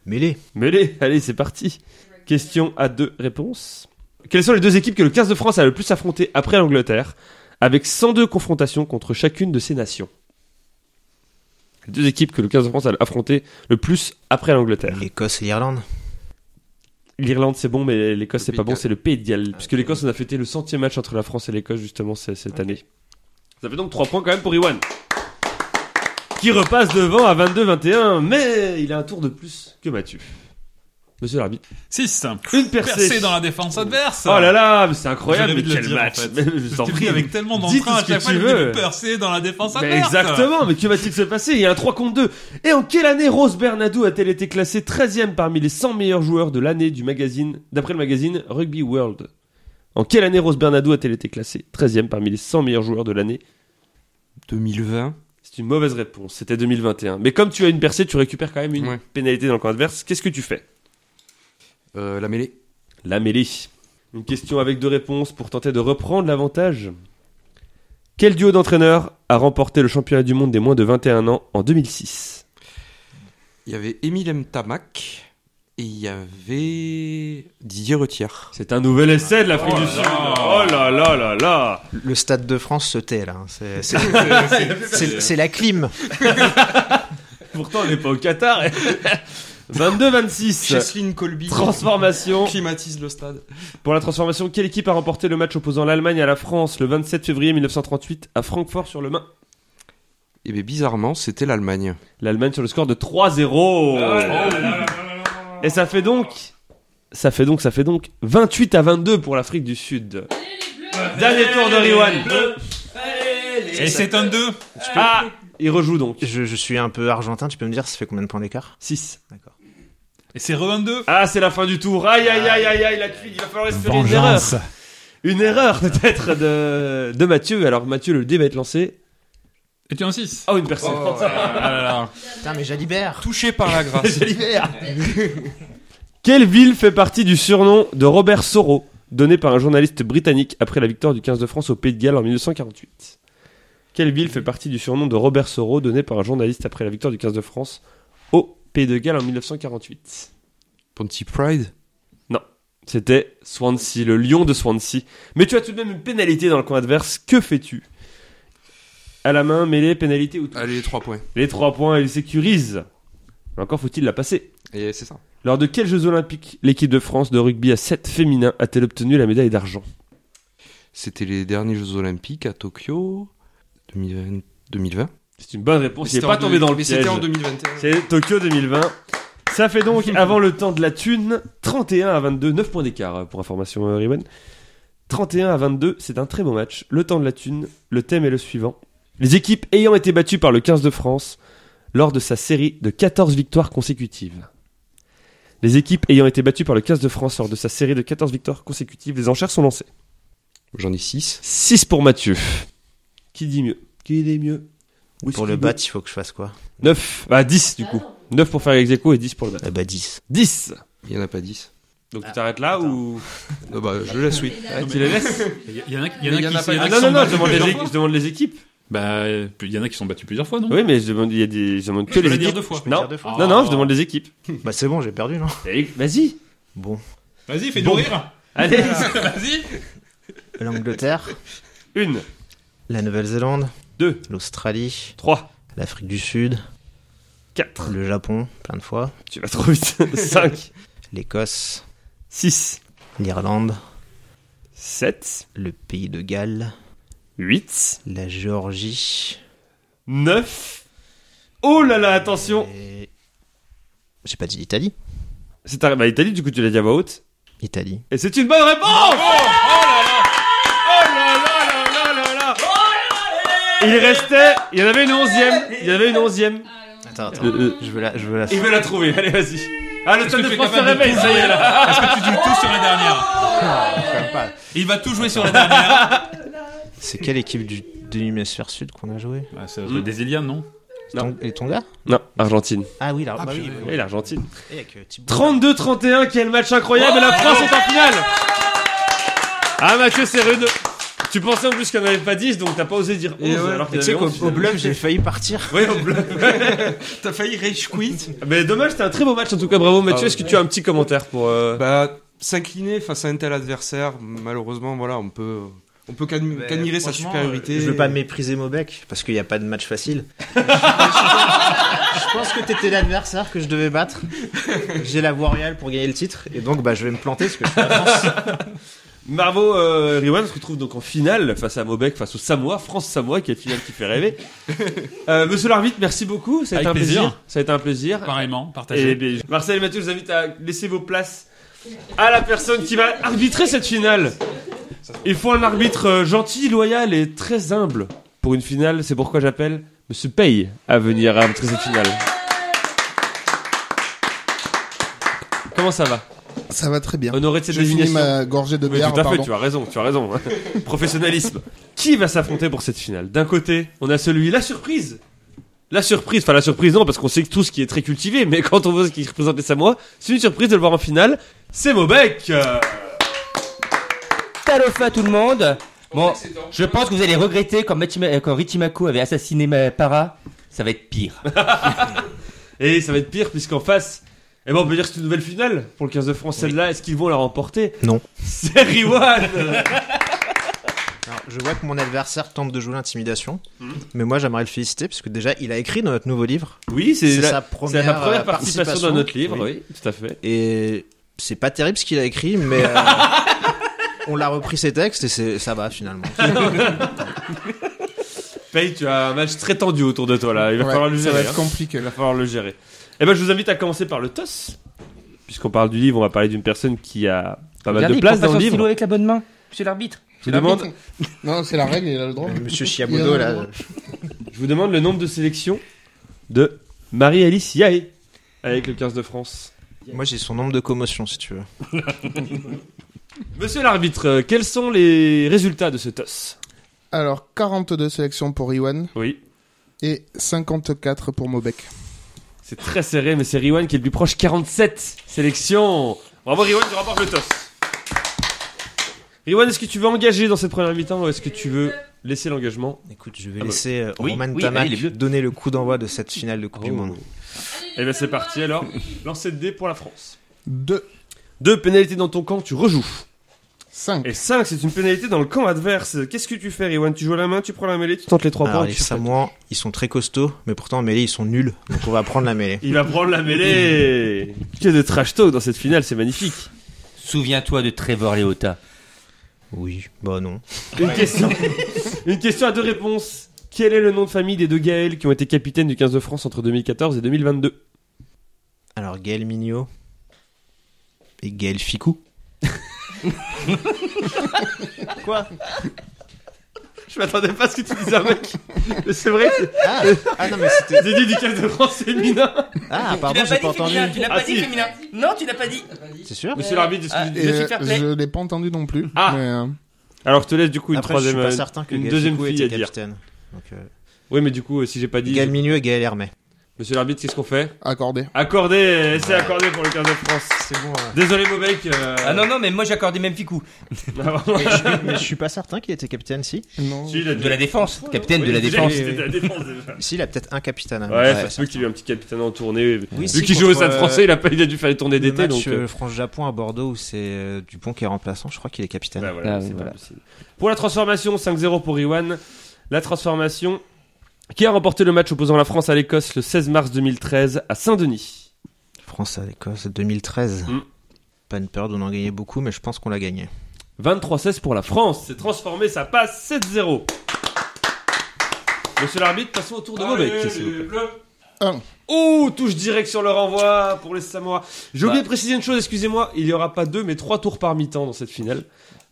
Speaker 7: Mêlé.
Speaker 3: Mêlé, allez, c'est parti. Question à deux réponses. Quelles sont les deux équipes que le 15 de France a le plus affronté après l'Angleterre, avec 102 confrontations contre chacune de ces nations Les deux équipes que le 15 de France a affronté le plus après l'Angleterre.
Speaker 7: L'Écosse et l'Irlande.
Speaker 3: L'Irlande c'est bon, mais l'Écosse c'est
Speaker 8: Pays
Speaker 3: pas
Speaker 8: de
Speaker 3: bon,
Speaker 8: Galles.
Speaker 3: c'est le Pays de Ah, Galles. Puisque l'Écosse on a fêté le centième match entre la France et l'Écosse justement c- cette année. Ça fait donc 3 points quand même pour Iwan. Qui repasse devant à 22-21, mais il a un tour de plus que Mathieu. Monsieur l'arbitre.
Speaker 1: 6.
Speaker 3: Une percée.
Speaker 1: Percé dans la défense adverse.
Speaker 3: Oh là là, mais c'est incroyable,
Speaker 1: J'avais
Speaker 3: mais
Speaker 1: envie de
Speaker 3: quel
Speaker 1: le dire, en
Speaker 3: match.
Speaker 1: fait.
Speaker 3: Mais je t'en
Speaker 1: T'es
Speaker 3: prie.
Speaker 1: pris avec tellement
Speaker 3: Dites
Speaker 1: d'entrain
Speaker 3: ce
Speaker 1: à
Speaker 3: que
Speaker 1: chaque fois,
Speaker 3: tu
Speaker 1: il me dit,
Speaker 3: veux.
Speaker 1: mais percé dans la défense
Speaker 3: Mais
Speaker 1: adverse.
Speaker 3: exactement, mais que va-t-il se passer Il y a un 3 contre 2. Et en quelle année Rose Bernadou a-t-elle été classée 13e parmi les 100 meilleurs joueurs de l'année du magazine, d'après le magazine Rugby World En quelle année Rose Bernadou a-t-elle été classée 13e parmi les 100 meilleurs joueurs de l'année
Speaker 8: 2020.
Speaker 3: C'est une mauvaise réponse, c'était 2021. Mais comme tu as une percée, tu récupères quand même une
Speaker 8: Ouais.
Speaker 3: pénalité dans le camp adverse. Qu'est-ce que tu fais
Speaker 8: Euh, la mêlée.
Speaker 3: La mêlée. Une question avec deux réponses pour tenter de reprendre l'avantage. Quel duo d'entraîneurs a remporté le championnat du monde des moins de 21 ans en 2006
Speaker 8: Il y avait Émile M. Tamac. Et il y avait Didier Retière.
Speaker 3: C'est un nouvel essai de l'Afrique du Sud. Oh là là là là.
Speaker 7: Le Stade de France se tait là. hein. C'est- c'est- C'est c'est la clim.
Speaker 3: Pourtant, on n'est pas au Qatar. 22-26.
Speaker 8: Cheslin Colby.
Speaker 3: Transformation.
Speaker 8: Climatise le stade.
Speaker 3: Pour la transformation, quelle équipe a remporté le match opposant l'Allemagne à la France le 27 février 1938 à Francfort-sur-le-Main
Speaker 8: Et bien bizarrement, c'était l'Allemagne.
Speaker 3: L'Allemagne sur le score de 3-0. Et ça fait donc. Ça fait donc, ça fait donc 28 à 22 pour l'Afrique du Sud. Dernier tour de Riwan.
Speaker 1: Et c'est un 2
Speaker 3: Ah Il rejoue donc.
Speaker 7: Je, je suis un peu argentin, tu peux me dire, ça fait combien de points d'écart
Speaker 3: 6.
Speaker 7: D'accord.
Speaker 1: Et c'est re 2
Speaker 3: Ah, c'est la fin du tour. Aïe, aïe, aïe, aïe, aïe, la cuite. Il va falloir espérer une erreur.
Speaker 1: Vengeance.
Speaker 3: Une erreur peut-être de, de Mathieu. Alors Mathieu, le dé va être lancé.
Speaker 1: Et tu es en 6
Speaker 3: Oh, une personne.
Speaker 7: Putain, mais Jalibert
Speaker 8: Touché par la grâce.
Speaker 3: Quelle ville fait partie du surnom de Robert Soro, donné par un journaliste britannique après la victoire du 15 de France au Pays de Galles en 1948 Quelle ville fait partie du surnom de Robert Soro, donné par un journaliste après la victoire du 15 de France au Pays de Galles en 1948
Speaker 8: Ponty Pride
Speaker 3: C'était Swansea, le lion de Swansea. Mais tu as tout de même une pénalité dans le coin adverse. Que fais-tu À la main, mêlée, pénalité ou tout
Speaker 8: Allez, les 3 points.
Speaker 3: Les trois points, ils sécurisent. Mais encore faut-il la passer.
Speaker 8: Et c'est ça.
Speaker 3: Lors de quels Jeux Olympiques l'équipe de France de rugby à 7 féminin a-t-elle obtenu la médaille d'argent
Speaker 8: C'était les derniers Jeux Olympiques à Tokyo 2020. 2020.
Speaker 3: C'est une bonne réponse, il
Speaker 8: C'était
Speaker 3: n'est pas
Speaker 8: en
Speaker 3: tombé
Speaker 8: 2000,
Speaker 3: dans le
Speaker 8: mais
Speaker 3: piège.
Speaker 8: C'était en 2021.
Speaker 3: C'est Tokyo 2020. Ça fait donc, avant le temps de la thune, 31 à 22, 9 points d'écart pour information euh, Riwen. 31 à 22, c'est un très beau match. Le temps de la thune, le thème est le suivant. Les équipes ayant été battues par le 15 de France lors de sa série de 14 victoires consécutives. Les équipes ayant été battues par le 15 de France lors de sa série de 14 victoires consécutives, les enchères sont lancées.
Speaker 8: J'en ai 6.
Speaker 3: 6 pour Mathieu. Qui dit mieux Qui dit mieux
Speaker 7: Pour le bat, il faut que je fasse quoi
Speaker 3: 9. Bah 10 du coup. 9 pour faire Execo et 10 pour le bat.
Speaker 7: Eh bah 10.
Speaker 3: 10
Speaker 8: Il n'y en a pas 10.
Speaker 3: Donc tu t'arrêtes là ou.
Speaker 8: Ah bah, je laisse, oui.
Speaker 3: tu les laisses
Speaker 1: Il y en a,
Speaker 8: Mais il y en a pas-
Speaker 1: il y en a
Speaker 3: Ah
Speaker 1: qui
Speaker 3: non, non, non,
Speaker 1: sont
Speaker 3: je
Speaker 1: battus
Speaker 3: demande, les,
Speaker 1: plusieurs
Speaker 3: équ-
Speaker 1: fois.
Speaker 3: je demande les équipes.
Speaker 1: Bah, euh, il y en a qui sont battus plusieurs fois, non
Speaker 3: Oui, mais je demande, il y a des, je demande que
Speaker 1: Tu
Speaker 3: les
Speaker 1: vas dire
Speaker 3: équipes.
Speaker 1: deux fois.
Speaker 3: Non.
Speaker 7: dire deux fois.
Speaker 3: non, non, je demande les équipes.
Speaker 7: Bah c'est bon, j'ai perdu, non
Speaker 3: Eh, Vas-y.
Speaker 7: Bon.
Speaker 1: Vas-y, fais
Speaker 3: Bon.
Speaker 1: rire
Speaker 3: Allez,
Speaker 1: Vas-y
Speaker 7: L'Angleterre,
Speaker 3: une,
Speaker 7: la Nouvelle-Zélande,
Speaker 3: Deux.
Speaker 7: l'Australie,
Speaker 3: trois,
Speaker 7: l'Afrique du Sud,
Speaker 3: quatre.
Speaker 7: le Japon, plein de fois,
Speaker 3: Tu vas trop vite. Cinq,
Speaker 7: l'Écosse,
Speaker 3: six,
Speaker 7: l'Irlande,
Speaker 3: sept,
Speaker 7: le pays de Galles,
Speaker 3: huit,
Speaker 7: la Géorgie.
Speaker 3: neuf. Oh là là, attention.
Speaker 7: et- J'ai pas dit l'Italie.
Speaker 3: C'est arrivé à l'Italie, du coup tu l'as dit à voix haute.
Speaker 7: Italie.
Speaker 3: Et c'est une bonne réponse Oh là là Oh là là là là là Il restait... Il y en avait une onzième Il y en avait une onzième
Speaker 7: Attends, attends.
Speaker 3: Euh,
Speaker 7: Je veux la, je veux la.
Speaker 3: Il veut la trouver, allez vas-y Ah le
Speaker 1: Est-ce
Speaker 3: top
Speaker 1: que
Speaker 3: de
Speaker 1: tu es
Speaker 3: France se
Speaker 1: capable de
Speaker 3: réveille, ça y est là
Speaker 1: Est-ce que tu joues tout sur la dernière Il va tout jouer sur la dernière
Speaker 7: C'est quelle équipe du de l'hémisphère sud qu'on a joué
Speaker 1: Ah, Ça doit être des Iliades, non
Speaker 3: Non.
Speaker 7: Tong- Les Tonga
Speaker 3: Non, Argentine.
Speaker 7: Ah oui, là. bah oui, oui.
Speaker 3: Et l'Argentine.
Speaker 7: Et avec, euh, Thibaut.
Speaker 3: 32-31, quel match incroyable Et la France est en finale Ah Mathieu, c'est rude Tu pensais en plus qu'il n'y en avait pas 10, donc t'as pas osé dire 11
Speaker 8: Et ouais.
Speaker 3: alors qu'il
Speaker 7: Et tu
Speaker 3: y
Speaker 7: sais
Speaker 3: en avait
Speaker 7: qu'au
Speaker 3: 11,
Speaker 7: au
Speaker 3: finalement.
Speaker 7: bluff, j'ai failli partir.
Speaker 3: Ouais, au bleu.
Speaker 8: T'as failli rage quit
Speaker 3: Mais dommage, c'était un très beau match en tout cas, bravo Mathieu. Est-ce que tu as un petit commentaire pour... euh,
Speaker 8: Bah, s'incliner face à un tel adversaire, malheureusement, voilà, on peut, on peut qu'admi-
Speaker 7: Mais
Speaker 8: qu'admirer sa
Speaker 7: franchement,
Speaker 8: supériorité.
Speaker 9: euh,
Speaker 7: Je veux pas mépriser Mobec parce qu'il n'y a pas de match facile. je pense que t'étais l'adversaire que je devais battre. J'ai la voie royale pour gagner le titre et donc bah je vais me planter parce que je suis la France.
Speaker 3: Marvo euh, Riwan se retrouve donc en finale face à Mobek, face au Samoa, France-Samoa, qui est une finale qui fait rêver. Euh, monsieur l'arbitre, merci beaucoup, ça a été
Speaker 1: Avec
Speaker 3: un plaisir.
Speaker 1: plaisir.
Speaker 3: Ça a été un plaisir.
Speaker 1: Pareillement, partagé.
Speaker 3: Et, ben, Marcel et Mathieu, je vous invite à laisser vos places à la personne qui va arbitrer cette finale. Il faut un arbitre euh, gentil, loyal et très humble pour une finale. C'est pourquoi j'appelle Monsieur Paye à venir arbitrer cette finale. Comment ça va
Speaker 9: Ça va très bien.
Speaker 3: Honoré de cette
Speaker 9: J'ai fini
Speaker 3: désignation
Speaker 9: ma gorgée de
Speaker 3: oui,
Speaker 9: bière,
Speaker 3: tout à fait,
Speaker 9: pardon.
Speaker 3: tu as raison, tu as raison. hein. Professionnalisme. Qui va s'affronter pour cette finale D'un côté, on a celui, la surprise La surprise, enfin la surprise non, parce qu'on sait que tout ce qui est très cultivé, mais quand on voit ce qui représente les Samoa, c'est une surprise de le voir en finale, c'est Mobek Euh,
Speaker 5: Talofa tout le monde. Bon, je pense que vous allez regretter quand, Matima- quand Richimaku avait assassiné ma Para. Ça va être pire.
Speaker 3: Et ça va être pire, puisqu'en face, eh ben on peut dire que c'est une nouvelle finale pour le 15 de France, celle-là, est-ce qu'ils vont la remporter
Speaker 7: Non.
Speaker 3: C'est Riwan
Speaker 7: Alors, je vois que mon adversaire tente de jouer l'intimidation,
Speaker 3: Mhm.
Speaker 7: mais moi j'aimerais le féliciter parce que déjà il a écrit dans notre nouveau livre
Speaker 3: Oui, c'est
Speaker 7: C'est
Speaker 3: la,
Speaker 7: sa
Speaker 3: c'est la
Speaker 7: première,
Speaker 3: première
Speaker 7: euh,
Speaker 3: participation
Speaker 7: participation.
Speaker 3: dans notre livre,
Speaker 7: Oui.
Speaker 3: oui, tout à fait.
Speaker 7: et c'est pas terrible ce qu'il a écrit, mais euh, on l'a repris ses textes et c'est- ça va finalement.
Speaker 3: Paye, tu as un match très tendu autour de toi là. Il va
Speaker 9: Ouais,
Speaker 3: falloir le
Speaker 9: ça
Speaker 3: gérer.
Speaker 9: va
Speaker 3: hein.
Speaker 9: être compliqué
Speaker 3: Il va
Speaker 9: là.
Speaker 3: falloir le gérer. Eh ben, je vous invite à commencer par le toss. Puisqu'on parle du livre, on va parler d'une personne qui a pas mal de place dans le livre.
Speaker 5: avec la bonne main. Monsieur l'arbitre.
Speaker 3: Je vous, demande,
Speaker 9: Non, c'est la règle, il a le droit.
Speaker 7: Monsieur
Speaker 9: Il y
Speaker 7: Chiabodo,
Speaker 9: a-
Speaker 7: là.
Speaker 3: je vous demande le nombre de sélections de Marie-Alice Yaé avec le 15 de France.
Speaker 7: Moi, j'ai son nombre de commotions, si tu veux.
Speaker 3: Monsieur l'arbitre, euh, quels sont les résultats de ce toss
Speaker 9: Alors, 42 sélections pour Iwan
Speaker 3: Oui.
Speaker 9: et 54 pour Mobek.
Speaker 3: C'est très serré, mais c'est Riwan qui est le plus proche. 47 sélections. Bravo Riwan, tu remportes le toss. Riwan, est-ce que tu veux engager dans cette première mi-temps ou est-ce que tu veux laisser l'engagement
Speaker 7: Écoute, je vais
Speaker 3: Ah bah.
Speaker 7: laisser euh,
Speaker 5: Oui,
Speaker 7: Roman
Speaker 5: oui,
Speaker 7: Tamak
Speaker 5: allez, les vieux.
Speaker 7: donner le coup d'envoi de cette finale de Coupe du
Speaker 3: Oh.
Speaker 7: Monde.
Speaker 3: Eh bien c'est parti alors. Lancer de dés pour la France.
Speaker 9: 2,
Speaker 3: Deux pénalités dans ton camp, tu rejoues.
Speaker 9: 5.
Speaker 3: Et 5, c'est une pénalité dans le camp adverse. Qu'est-ce que tu fais, Riwan Tu joues à la main, tu prends la mêlée, tu tentes les trois
Speaker 7: Alors,
Speaker 3: points.
Speaker 7: les
Speaker 3: tu fais-
Speaker 7: Samoans, ils sont très costauds, mais pourtant, en mêlée, ils sont nuls. Donc, on va prendre la mêlée.
Speaker 3: Il va prendre la mêlée. Quel de trash talk dans cette finale, c'est magnifique.
Speaker 5: Souviens-toi de Trevor Leota.
Speaker 7: Oui, bah non.
Speaker 3: Une question. Une question à deux réponses. Quel est le nom de famille des deux Gaëls qui ont été capitaines du 15 de France entre 2014 et 2022
Speaker 7: Alors, Gaël Mignot et Gaël Ficou.
Speaker 3: Je m'attendais pas à ce que tu disais, mec. Mais c'est vrai, c'est-
Speaker 7: Ah, ah, non, mais c'était.
Speaker 3: j'ai dit du 15 de France féminin.
Speaker 7: Ah, pardon, j'ai pas entendu.
Speaker 5: tu n'as
Speaker 3: Ah, si.
Speaker 5: féminin. Non, tu n'as pas dit.
Speaker 7: C'est sûr
Speaker 3: Monsieur l'arbitre, est-ce que
Speaker 5: Ah,
Speaker 3: tu-
Speaker 9: Et
Speaker 5: Je suis fair play.
Speaker 9: je l'ai pas entendu non plus.
Speaker 3: Ah.
Speaker 9: mais, euh,
Speaker 3: Alors je te laisse du coup une
Speaker 7: Après,
Speaker 3: troisième.
Speaker 7: je suis pas
Speaker 3: euh,
Speaker 7: certain que
Speaker 3: une
Speaker 7: Gaël
Speaker 3: deuxième
Speaker 7: Ficou
Speaker 3: fille à
Speaker 7: était
Speaker 3: dire.
Speaker 7: capitaine. Donc, euh,
Speaker 3: Oui, mais du coup, euh, si j'ai pas dit.
Speaker 7: Gaël Mignot et Gaël Hermet.
Speaker 3: Monsieur l'arbitre, qu'est-ce qu'on fait
Speaker 9: accordé.
Speaker 3: Accordé, c'est accordé pour le 15 de France.
Speaker 7: C'est bon.
Speaker 3: Désolé, Mobek. euh,
Speaker 5: Ah non, non, mais moi j'ai accordé même Ficou.
Speaker 7: mais, je, mais je suis pas certain qu'il était capitaine, si.
Speaker 9: Non.
Speaker 3: si, il a dit-
Speaker 5: De la défense, capitaine
Speaker 3: Oui,
Speaker 5: de la
Speaker 3: déjà,
Speaker 5: défense.
Speaker 3: il était de la défense, déjà.
Speaker 7: Si, il a peut-être un capitaine. hein,
Speaker 3: Ouais,
Speaker 7: mais
Speaker 3: ça
Speaker 7: pas
Speaker 3: se peut qu'il y ait eu un petit capitaine en tournée. Vu
Speaker 7: si,
Speaker 3: qu'il joue au
Speaker 7: contre,
Speaker 3: Stade
Speaker 7: euh,
Speaker 3: français, il a, pas, il a dû faire les tournées
Speaker 7: Le
Speaker 3: d'été.
Speaker 7: match
Speaker 3: donc, euh,
Speaker 7: euh, France-Japon à Bordeaux où c'est euh, Dupont qui est remplaçant, je crois qu'il est capitaine.
Speaker 3: bah voilà,
Speaker 6: Ah,
Speaker 3: c'est
Speaker 6: oui,
Speaker 3: pas
Speaker 6: voilà.
Speaker 3: possible. Pour la transformation, 5-0 pour Iwan. La transformation qui a remporté le match opposant la France à l'Écosse le 16 mars 2013 à Saint-Denis.
Speaker 7: France à l'Écosse 2013.
Speaker 3: Mm.
Speaker 7: Pas une période où on en gagnait beaucoup, mais je pense qu'on l'a gagné.
Speaker 3: 23-16 pour la France. C'est transformé, ça passe 7-0. Monsieur l'arbitre, passons au tour de Mobek, s'il vous plaît.
Speaker 9: Un.
Speaker 3: Oh, touche direct sur le renvoi pour les Samoa. J'ai oublié de préciser une chose, excusez-moi, il n'y aura pas deux mais trois tours par mi-temps dans cette finale.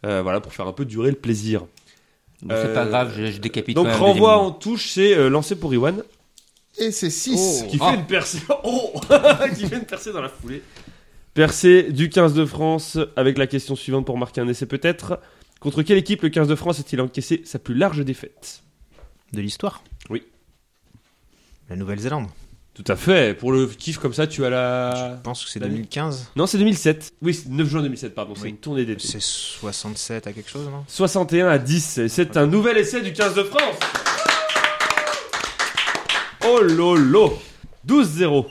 Speaker 3: Euh, voilà, pour faire un peu durer le plaisir. Euh,
Speaker 5: Bon, C'est pas grave, je, je décapite.
Speaker 3: Donc
Speaker 5: quand même le
Speaker 3: renvoi
Speaker 5: deuxième.
Speaker 3: en touche, c'est euh, lancé pour Iwan,
Speaker 9: Et c'est 6.
Speaker 3: qui
Speaker 5: Ah.
Speaker 3: fait une percée. Oh Qui fait une percée dans la foulée. Percée du 15 de France avec la question suivante pour marquer un essai peut-être. Contre quelle équipe le 15 de France a-t-il encaissé sa plus large défaite
Speaker 7: De l'histoire
Speaker 3: Oui.
Speaker 7: La Nouvelle-Zélande.
Speaker 3: Tout à fait. Pour le kiff comme ça, tu as la.
Speaker 7: Je pense que c'est
Speaker 3: la-
Speaker 7: 2015.
Speaker 3: Non, c'est 2007. Oui, c'est 9 juin 2007, pardon. C'est
Speaker 7: Oui.
Speaker 3: une tournée d'été.
Speaker 7: C'est 67 à quelque chose, non
Speaker 3: 61 à 10. Et C'est un nouvel essai du 15 de France. Oh lolo 12-0.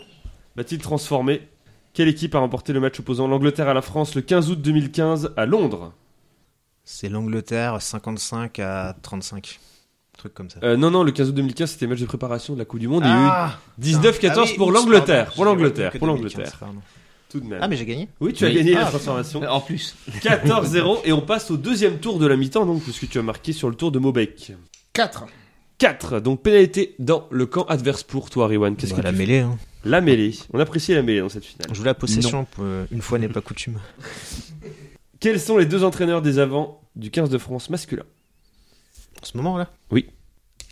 Speaker 3: Va-t-il transformer Quelle équipe a remporté le match opposant l'Angleterre à la France le 15 août 2015 à Londres
Speaker 7: C'est l'Angleterre 55 à 35. Un truc comme ça.
Speaker 3: Euh, Non, non, le 15 août 2015, c'était le match de préparation de la Coupe du Monde.
Speaker 7: Ah,
Speaker 3: Il y a eu 19-14
Speaker 7: Ah oui,
Speaker 3: pour
Speaker 7: oups,
Speaker 3: l'Angleterre.
Speaker 7: pardon.
Speaker 3: Pour
Speaker 7: J'ai
Speaker 3: l'Angleterre.
Speaker 7: que
Speaker 3: Pour
Speaker 7: 2015,
Speaker 3: l'angleterre. Euh,
Speaker 7: pardon.
Speaker 3: Tout de même.
Speaker 7: Ah, mais j'ai gagné
Speaker 3: oui, tu as
Speaker 5: Oui.
Speaker 3: gagné la
Speaker 7: Ah,
Speaker 3: transformation.
Speaker 5: En plus.
Speaker 3: 14-0 et on passe au deuxième tour de la mi-temps donc puisque tu as marqué sur le tour de Mobek.
Speaker 9: 4.
Speaker 3: 4, donc pénalité dans le camp adverse pour toi Riwan. Qu'est-ce
Speaker 7: Bah,
Speaker 3: que
Speaker 7: la
Speaker 3: tu fais
Speaker 7: mêlée. hein.
Speaker 3: La mêlée. On apprécie la mêlée dans cette finale.
Speaker 7: Je voulais la possession, pour- euh, une fois n'est pas coutume.
Speaker 3: Quels sont les deux entraîneurs des avants du 15 de France masculin
Speaker 7: En ce moment, là
Speaker 3: Oui.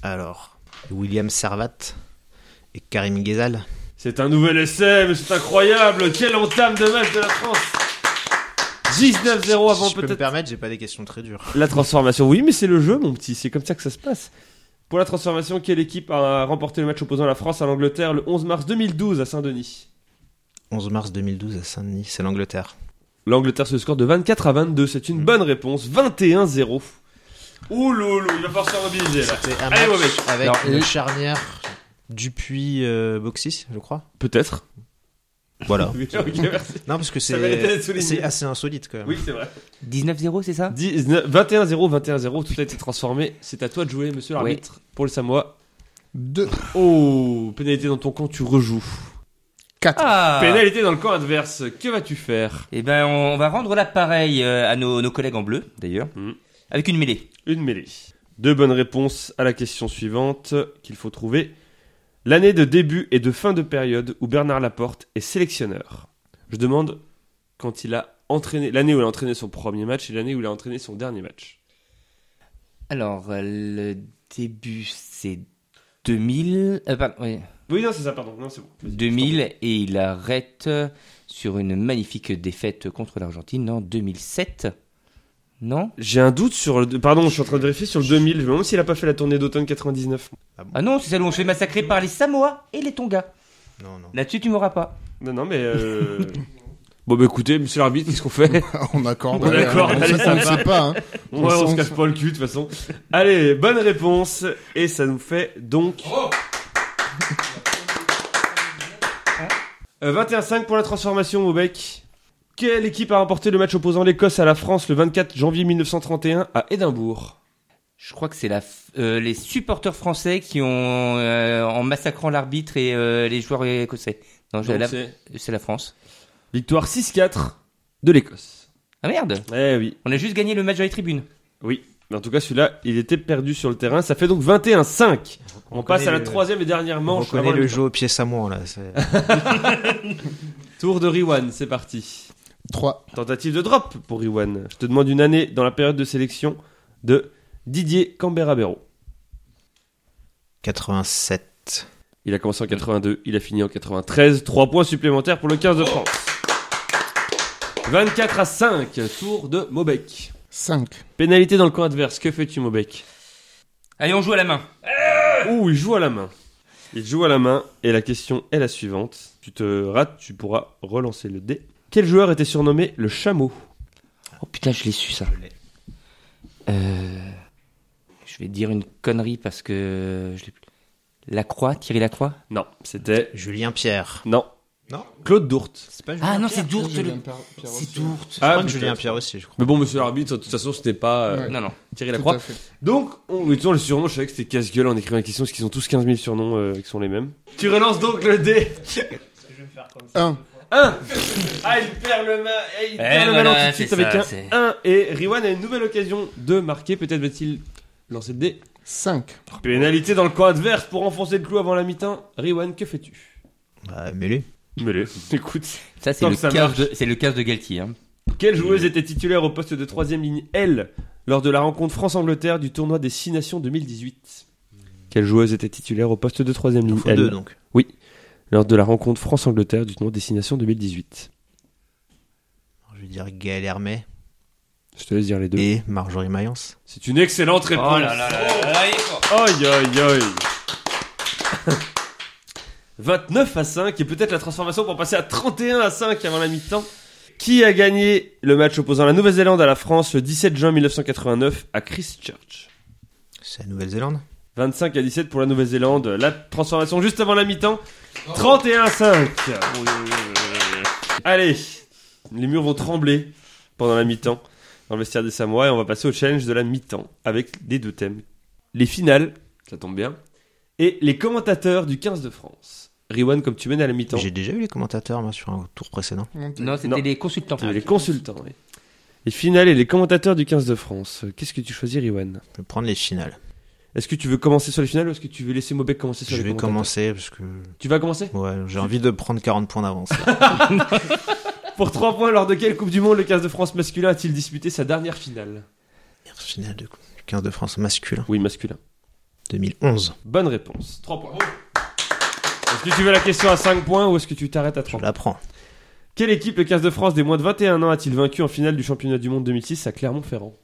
Speaker 7: Alors, William Servat et Karim Ghezal.
Speaker 3: C'est un nouvel essai, mais c'est incroyable Quelle entame de match de la France 19-0 avant
Speaker 7: si je peux me
Speaker 3: peut-être
Speaker 7: permettre, j'ai pas des questions très dures.
Speaker 3: la transformation. Oui, mais c'est le jeu mon petit, c'est comme ça que ça se passe. Pour la transformation, quelle équipe a remporté le match opposant la France à l'Angleterre le 11 mars 2012 à Saint-Denis
Speaker 7: 11 mars 2012 à Saint-Denis, c'est l'Angleterre.
Speaker 3: L'Angleterre se score de 24 à 22, c'est une bonne réponse, 21-0. Mm. Ouh loulou, il va falloir se mobiliser là.
Speaker 7: C'était un
Speaker 3: Allez,
Speaker 7: match
Speaker 3: ouais, mec.
Speaker 7: avec
Speaker 3: Non,
Speaker 7: le charnière Dupuis euh, Boxis, je crois.
Speaker 3: Peut-être.
Speaker 7: Voilà.
Speaker 3: Oui, ok, merci.
Speaker 7: non, parce que
Speaker 3: Ça méritait d'être
Speaker 7: c'est
Speaker 3: souligné.
Speaker 7: c'est assez insolite quand même.
Speaker 3: Oui, c'est vrai.
Speaker 5: 19-0, c'est ça
Speaker 3: 19 21-0, 21-0, tout a été transformé. C'est à toi de jouer, monsieur l'arbitre, pour le Samoa.
Speaker 9: 2.
Speaker 3: Oh, pénalité dans ton camp, tu rejoues.
Speaker 9: 4.
Speaker 5: Ah
Speaker 3: Pénalité dans le camp adverse, que vas-tu faire
Speaker 5: Eh ben, on va rendre l'appareil euh, à nos, nos collègues en bleu, d'ailleurs,
Speaker 3: Mhm.
Speaker 5: avec une mêlée.
Speaker 3: Une mêlée. Deux bonnes réponses à la question suivante qu'il faut trouver. L'année de début et de fin de période où Bernard Laporte est sélectionneur. Je demande quand il a entraîné l'année où il a entraîné son premier match et l'année où il a entraîné son dernier match.
Speaker 5: Alors, euh, le début, c'est 2000. euh, pardon, oui.
Speaker 3: Oui, non, c'est ça, pardon. Non, c'est bon. Vas-y,
Speaker 5: 2000 et il arrête euh, sur une magnifique défaite contre l'Argentine en 2007. Non
Speaker 3: J'ai un doute sur le. Pardon, je suis en train de vérifier sur le 2000. Je me demande s'il a pas fait la tournée d'automne 99.
Speaker 5: Ah non, c'est celle où on se fait massacrer par les Samoa et les Tonga.
Speaker 7: Non, non.
Speaker 5: Là-dessus, tu m'auras pas.
Speaker 3: Non, non, mais. euh, bon, bah écoutez, monsieur l'arbitre, qu'est-ce qu'on fait
Speaker 9: On accorde.
Speaker 3: On
Speaker 9: allez,
Speaker 3: accorde,
Speaker 9: on
Speaker 3: allez,
Speaker 9: sait- on ne
Speaker 3: ça
Speaker 9: sait pas. hein.
Speaker 3: Ouais, on se casse pas le cul, de toute façon. Allez, bonne réponse. Et ça nous fait donc.
Speaker 7: Oh.
Speaker 3: Euh, 21-5 pour la transformation, Mobec. Quelle équipe a remporté le match opposant l'Écosse à la France le 24 janvier 1931 à Édimbourg
Speaker 5: Je crois que c'est la f- euh, les supporters français qui ont, euh, en massacrant l'arbitre et euh, les joueurs écossais. Non, je-
Speaker 3: Donc,
Speaker 5: la-
Speaker 3: c'est
Speaker 5: c'est la France.
Speaker 3: Victoire 6-4 de l'Écosse.
Speaker 5: Ah merde
Speaker 3: Eh oui.
Speaker 5: On a juste gagné le match dans les tribunes.
Speaker 3: Oui, mais en tout cas celui-là, il était perdu sur le terrain. Ça fait donc 21-5. On, passe à la
Speaker 7: le-
Speaker 3: troisième et dernière
Speaker 7: On
Speaker 3: manche.
Speaker 7: reconnaît
Speaker 3: avant
Speaker 7: le
Speaker 3: mi-temps.
Speaker 7: jeu au pied samoan là. c'est-
Speaker 3: Tour de Riwan, c'est parti.
Speaker 9: 3.
Speaker 3: Tentative de drop pour Riwan. Je te demande une année dans la période de sélection de Didier Cambera-Béraud.
Speaker 7: 87.
Speaker 3: Il a commencé en 82, il a fini en 93. 3 points supplémentaires pour le 15 de France. 24 à 5, tour de Mobec.
Speaker 9: 5.
Speaker 3: Pénalité dans le camp adverse, que fais-tu Mobec
Speaker 5: Allez, on joue à la main.
Speaker 3: Ouh, il joue à la main. Il joue à la main et la question est la suivante. Tu te rates, tu pourras relancer le dé. Quel joueur était surnommé le chameau
Speaker 5: Oh putain, je l'ai su ça. Euh, je vais dire une connerie parce que je l'ai plus. Lacroix, Thierry Lacroix
Speaker 3: Non, c'était...
Speaker 7: Julien Pierre.
Speaker 3: Non.
Speaker 7: Non
Speaker 3: Claude Dourte.
Speaker 7: C'est pas
Speaker 5: Ah non, c'est Dourte. le- C'est
Speaker 9: C'est
Speaker 5: Dourte.
Speaker 7: Je crois
Speaker 3: Ah,
Speaker 7: que Julien
Speaker 3: peut-être.
Speaker 7: Pierre aussi, je crois.
Speaker 3: Mais bon, monsieur l'arbitre, de toute façon, ce n'est pas euh,
Speaker 9: Ouais.
Speaker 5: Non, non.
Speaker 3: Thierry Lacroix. Donc, on, de toute façon, le surnom, je savais que c'était casse-gueule en écrivant la question, parce qu'ils ont tous 15 000 surnoms euh, qui sont les mêmes. Tu relances donc le dé
Speaker 9: 1.
Speaker 3: 1 Ah, il perd le, ma... eh, il perd le ballon
Speaker 5: voilà,
Speaker 3: tout de
Speaker 5: c'est
Speaker 3: suite avec
Speaker 5: ça,
Speaker 3: un
Speaker 5: c'est-
Speaker 3: 1. Et Riwan a une nouvelle occasion de marquer, peut-être va-t-il lancer le dé
Speaker 9: 5.
Speaker 3: Pénalité dans le camp adverse pour enfoncer le clou avant la mi-temps. Riwan, que fais-tu
Speaker 7: Bah, mais lui.
Speaker 3: Mêlé. Écoute.
Speaker 5: Ça, c'est
Speaker 3: Tant
Speaker 5: le,
Speaker 3: que ça
Speaker 5: quart
Speaker 3: marche.
Speaker 5: de- c'est le quart de Galtier. hein.
Speaker 3: Quelle joueuse était titulaire au poste de troisième ligne L lors de la rencontre France-Angleterre du tournoi des 6 Nations 2018 Quelle joueuse était titulaire au poste de troisième
Speaker 7: Il en
Speaker 3: ligne
Speaker 7: faut
Speaker 3: L
Speaker 7: deux donc.
Speaker 3: lors de la rencontre France-Angleterre du tournoi Destination 2018
Speaker 7: Je vais dire Gaël Hermé
Speaker 3: Je te laisse dire les deux.
Speaker 7: et Marjorie Mayence.
Speaker 3: C'est une excellente réponse. Oh là là Aïe aïe aïe. 29 à 5 et peut-être la transformation pour passer à 31 à 5 avant la mi-temps. Qui a gagné le match opposant la Nouvelle-Zélande à la France le 17 juin 1989 à Christchurch
Speaker 7: C'est la Nouvelle-Zélande
Speaker 3: 25 à 17 pour la Nouvelle-Zélande. La transformation juste avant la mi-temps. 31 à 5. Allez, les murs vont trembler pendant la mi-temps dans le vestiaire des Samoa et on va passer au challenge de la mi-temps avec les deux thèmes. Les finales, ça tombe bien, et les commentateurs du 15 de France. Riwan, comme tu mènes à la mi-temps,
Speaker 7: J'ai déjà eu les commentateurs moi, sur un tour précédent.
Speaker 5: Non,
Speaker 3: Non.
Speaker 5: c'était les consultants.
Speaker 3: tu as les consultants. oui. Les finales et les commentateurs du 15 de France. Qu'est-ce que tu choisis, Riwan
Speaker 7: Je vais prendre les finales.
Speaker 3: Est-ce que tu veux commencer sur les finales ou est-ce que tu veux laisser Mobek commencer sur
Speaker 7: Je
Speaker 3: les
Speaker 7: vais
Speaker 3: commentateurs
Speaker 7: commencer parce que
Speaker 3: Tu vas commencer
Speaker 7: ouais, j'ai envie de prendre 40 points d'avance.
Speaker 3: Pour 3 points, lors de quelle Coupe du Monde le 15 de France masculin a-t-il disputé sa dernière finale
Speaker 7: Finale de 15 de France masculin
Speaker 3: Oui, masculin.
Speaker 7: 2011.
Speaker 3: Bonne réponse. 3 points. Est-ce que tu veux la question à 5 points ou est-ce que tu t'arrêtes à
Speaker 7: Je
Speaker 3: 3 points
Speaker 7: l'apprends.
Speaker 3: Quelle équipe le 15 de France des moins de 21 ans a-t-il vaincu en finale du championnat du monde 2006 à Clermont-Ferrand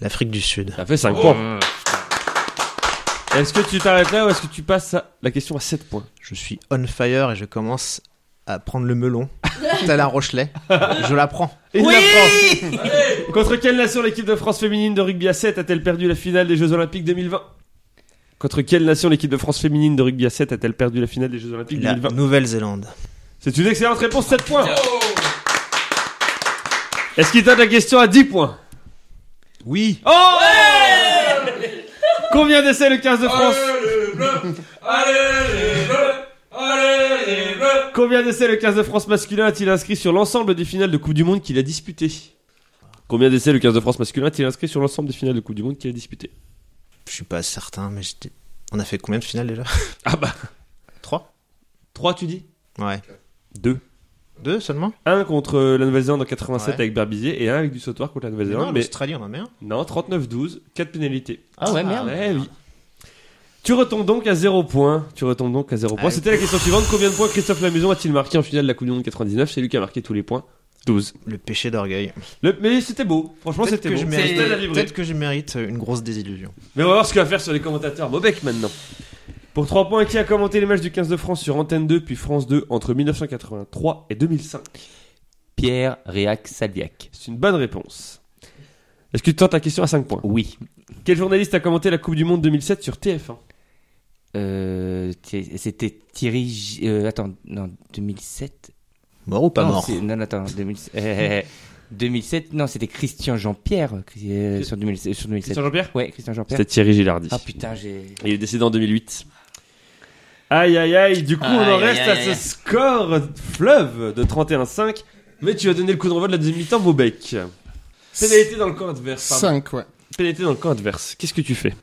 Speaker 7: L'Afrique du Sud.
Speaker 3: Ça fait 5 points. Oh. Est-ce que tu t'arrêtes là ou est-ce que tu passes à la question à 7 points
Speaker 7: Je suis on fire et je commence à prendre le melon. T'as la Rochelet. Je la prends.
Speaker 3: Et la France Contre quelle nation l'équipe de France féminine de rugby à 7 a-t-elle perdu la finale des Jeux Olympiques 2020 Contre quelle nation l'équipe de France féminine de rugby à 7 a-t-elle perdu la finale des Jeux Olympiques
Speaker 7: La
Speaker 3: 2020
Speaker 7: Nouvelle-Zélande.
Speaker 3: C'est une excellente réponse, 7 points. Est-ce qu'il donne la question à 10 points
Speaker 7: Oui.
Speaker 3: Oh Combien d'essais le 15 de France Combien d'essais le 15 de France masculin a-t-il inscrit sur l'ensemble des finales de Coupe du Monde qu'il a disputées Combien d'essais le 15 de France masculin a-t-il inscrit sur l'ensemble des finales de Coupe du Monde qu'il a disputées
Speaker 7: je suis pas certain, mais j'étais- on a fait combien de finales déjà
Speaker 3: Ah bah.
Speaker 7: 3
Speaker 3: 3, tu dis
Speaker 7: Ouais.
Speaker 3: 2.
Speaker 7: Deux seulement
Speaker 3: Un contre euh, la Nouvelle-Zélande en 87
Speaker 7: Ouais.
Speaker 3: avec Barbizier et un avec du sautoir contre la
Speaker 7: Non,
Speaker 3: Nouvelle-Zélande. Mais
Speaker 7: l'Australie, on en met un.
Speaker 3: non, 39-12, 4 pénalités.
Speaker 5: Ah ouais, merde.
Speaker 3: Ouais, oui. Tu retombes donc à 0 point. Tu retombes donc à 0 point.
Speaker 7: Ah oui.
Speaker 3: C'était la question suivante. Combien de points Christophe Lamaison a-t-il marqué en finale de la Coupe du Monde 99 C'est lui qui a marqué tous les points. 12.
Speaker 7: Le péché d'orgueil.
Speaker 3: Le- Mais c'était beau. Franchement,
Speaker 7: Peut-être
Speaker 3: c'était
Speaker 7: que,
Speaker 3: beau.
Speaker 7: je
Speaker 3: C'était
Speaker 7: mérite-
Speaker 3: la vibrer.
Speaker 7: peut-être que je mérite une grosse désillusion.
Speaker 3: Mais on va voir ce qu'on va faire sur les commentateurs Mobec maintenant. Pour 3 points, qui a commenté les matchs du 15 de France sur Antenne 2 puis France 2 entre 1983 et 2005
Speaker 5: Pierre Réac Salviac.
Speaker 3: C'est une bonne réponse. Est-ce que tu tentes ta question à 5 points
Speaker 5: Oui.
Speaker 3: Quel journaliste a commenté la Coupe du Monde 2007 sur TF1
Speaker 5: Euh, Thi- C'était Thierry. G- euh, attends, non, 2007.
Speaker 7: Mort ou pas
Speaker 5: non,
Speaker 7: mort
Speaker 5: c'est- Non, non, attends, 2000 euh, 2007. Non, c'était Christian Jean-Pierre euh, euh, sur, 2000 sur 2007.
Speaker 3: Christian Jean-Pierre
Speaker 5: Ouais, Christian Jean-Pierre.
Speaker 3: C'était Thierry Gilardi.
Speaker 5: Ah putain, j'ai.
Speaker 3: Il est décédé en 2008. Aïe aïe aïe, du coup on en
Speaker 5: Aïe, aïe,
Speaker 3: reste
Speaker 5: aïe,
Speaker 3: à
Speaker 5: aïe.
Speaker 3: ce score fleuve de 31-5. Mais tu vas donner le coup d'envoi de la deuxième mi-temps, Bobek. Pénalité dans le camp adverse. pardon.
Speaker 9: 5, ouais.
Speaker 3: Pénalité dans le camp adverse. Qu'est-ce que tu fais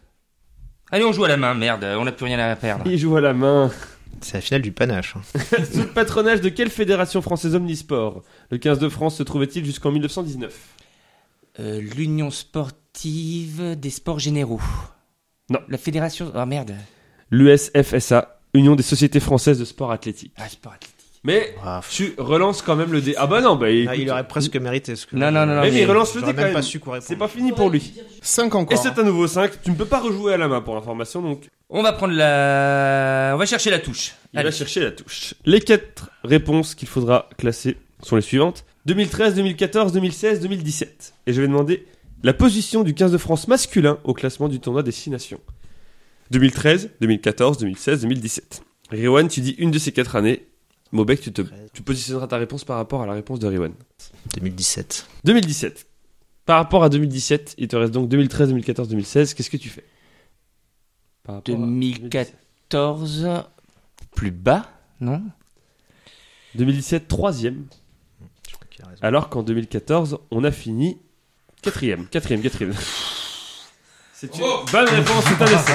Speaker 5: Allez, on joue à la main, merde, on n'a plus rien à perdre.
Speaker 3: Il joue à la main.
Speaker 7: C'est la finale du panache. hein.
Speaker 3: Sous le patronage de quelle fédération française omnisport Le 15 de France se trouvait-il jusqu'en 1919
Speaker 5: Euh, L'Union sportive des sports généraux.
Speaker 3: Non.
Speaker 5: La fédération. Oh merde.
Speaker 3: L'USFSA, Union des sociétés françaises de sport athlétique.
Speaker 5: Ah, sport athlétique.
Speaker 3: Mais
Speaker 7: Ah, pff,
Speaker 3: tu relances quand même le dé. Ah bah non, bah
Speaker 7: là,
Speaker 3: écoute,
Speaker 7: il aurait presque mérité ce que.
Speaker 5: Non, non, non, non,
Speaker 3: Mais, mais il relance le
Speaker 7: J'aurais
Speaker 3: dé quand
Speaker 7: même
Speaker 3: même.
Speaker 7: pas su quoi répondre.
Speaker 3: C'est pas fini pour lui.
Speaker 9: 5
Speaker 3: Et
Speaker 9: encore.
Speaker 3: c'est un nouveau 5. Tu ne peux pas rejouer à la main pour l'information, donc
Speaker 5: On va prendre la. On va chercher la touche.
Speaker 3: il
Speaker 5: Allez.
Speaker 3: va chercher la touche. Les quatre réponses qu'il faudra classer sont les suivantes 2013, 2014, 2016, 2017. Et je vais demander la position du 15 de France masculin au classement du tournoi des 6 nations 2013, 2014, 2016, 2017. Rewan, tu dis une de ces quatre années. Mobek, tu, te, tu positionneras ta réponse par rapport à la réponse de Rewan.
Speaker 7: 2017.
Speaker 3: 2017. Par rapport à 2017, il te reste donc 2013, 2014, 2016. Qu'est-ce que tu fais Par rapport à
Speaker 5: 2014. Plus bas, non
Speaker 3: 2017, troisième.
Speaker 7: Je crois qu'il a raison.
Speaker 3: Alors qu'en 2014, on a fini quatrième, quatrième, quatrième. C'est une bonne réponse, c'est un essai.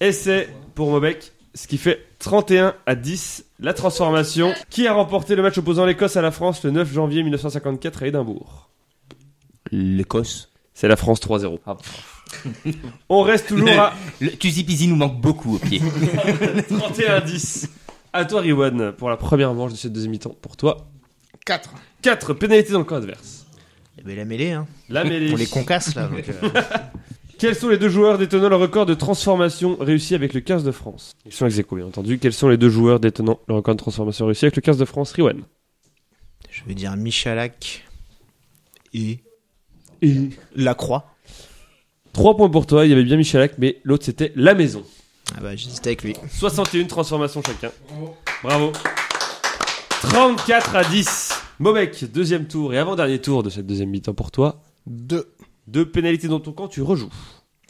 Speaker 3: Essai pour Mobec, ce qui fait 31 à 10, la transformation. Qui a remporté le match opposant l'Écosse à la France le 9 janvier 1954 à Édimbourg
Speaker 5: L'Écosse.
Speaker 3: C'est la France 3-0.
Speaker 5: Ah.
Speaker 3: On reste toujours à
Speaker 5: Le Tuzipizi nous manque beaucoup au pied.
Speaker 3: 31-10. À toi, Riwan, pour la première manche de cette deuxième mi-temps. Pour toi,
Speaker 9: 4.
Speaker 3: 4 pénalités dans le camp adverse.
Speaker 7: Eh ben, la mêlée, hein.
Speaker 3: La mêlée.
Speaker 7: On les concasse là. donc, euh,
Speaker 3: Quels sont les deux joueurs détenant le record de transformation réussi avec le 15 de France Ils sont ex aequo, bien entendu. Quels sont les deux joueurs détenant le record de transformation réussi avec le 15 de France Riwan.
Speaker 7: Je veux dire Michalak et
Speaker 3: Et...
Speaker 7: Lacroix.
Speaker 3: 3 points pour toi, il y avait bien Michalak, mais l'autre c'était La Maison.
Speaker 7: Ah bah j'hésitais avec lui.
Speaker 3: 61 transformations chacun. Bravo. 34 à 10. Mobek, deuxième tour et avant-dernier tour de cette deuxième mi-temps pour toi.
Speaker 9: 2.
Speaker 3: Deux pénalités dans ton camp, tu rejoues.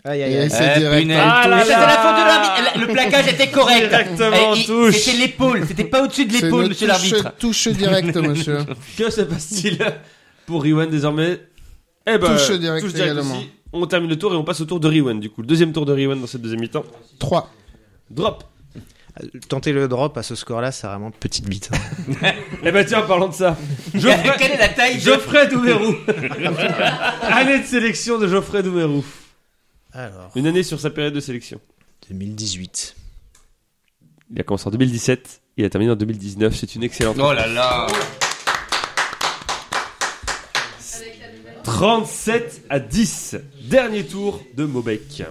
Speaker 7: Aïe
Speaker 3: Eh,
Speaker 7: aïe
Speaker 9: Et
Speaker 7: aïe.
Speaker 9: c'est direct.
Speaker 5: Euh, punaise.
Speaker 3: Ah là
Speaker 5: Mais c'était
Speaker 3: là.
Speaker 5: la faute de l'arbitre. Le le plaquage était correct.
Speaker 3: Directement en
Speaker 5: Et il-
Speaker 3: touche.
Speaker 5: C'était l'épaule. C'était pas au-dessus de
Speaker 9: C'est
Speaker 5: l'épaule,
Speaker 9: le
Speaker 5: monsieur
Speaker 9: touche-
Speaker 5: l'arbitre.
Speaker 9: Touche direct, monsieur.
Speaker 3: Que se passe-t-il pour Riwan désormais Eh ben,
Speaker 9: Touche direct également.
Speaker 3: aussi. On termine le tour et on passe au tour de Riwan du coup. Le deuxième tour de Riwan dans cette deuxième mi-temps.
Speaker 9: 3.
Speaker 3: Drop
Speaker 7: Tenter le drop à ce score là, c'est vraiment petite bite. hein.
Speaker 3: Eh ben tiens, parlons de ça. Geoffrey,
Speaker 5: Quelle est la taille de-
Speaker 3: Geoffrey Doumerou Année de sélection de Geoffrey Doumerou.
Speaker 7: Alors,
Speaker 3: Une année sur sa période de sélection.
Speaker 7: 2018.
Speaker 3: Il a commencé en 2017, il a terminé en 2019, c'est une excellente.
Speaker 5: Oh là là.
Speaker 3: 37 à 10. Dernier tour de Mobek.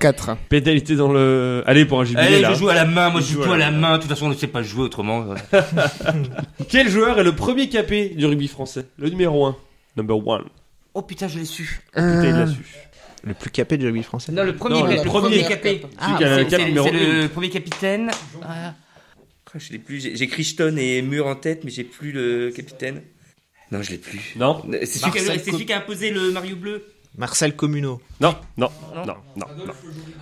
Speaker 9: 4.
Speaker 3: Pénalité dans le... Allez pour un gibier
Speaker 5: Allez,
Speaker 3: là.
Speaker 5: je joue à la main. Moi,
Speaker 3: Il
Speaker 5: je
Speaker 3: joue
Speaker 5: joue
Speaker 3: à
Speaker 5: à
Speaker 3: la
Speaker 5: la main. De toute façon, on ne sait pas jouer autrement.
Speaker 3: Quel joueur est le premier capé du rugby français Le numéro 1. Number 1.
Speaker 5: Oh putain, je l'ai su.
Speaker 7: Euh.
Speaker 3: Putain, il l'a su.
Speaker 7: Le plus capé du rugby français.
Speaker 5: Non, le premier,
Speaker 3: Non,
Speaker 5: le,
Speaker 3: le
Speaker 5: premier
Speaker 9: premier
Speaker 5: capé.
Speaker 3: Celui qui a le
Speaker 5: Ah, c'est-
Speaker 3: cap
Speaker 5: c'est-
Speaker 3: numéro
Speaker 5: c'est le premier capitaine. Ah. Ah, Je l'ai plus. J'ai j'ai Crichton et Mur en tête, mais j'ai plus le capitaine. Non, je l'ai plus.
Speaker 3: Non,
Speaker 5: C'est celui, qui a-
Speaker 7: Marcel
Speaker 5: c'est celui qui a imposé le Mario Bleu.
Speaker 7: Marcel Communot.
Speaker 3: non, non, non,
Speaker 5: Non.
Speaker 3: non, non.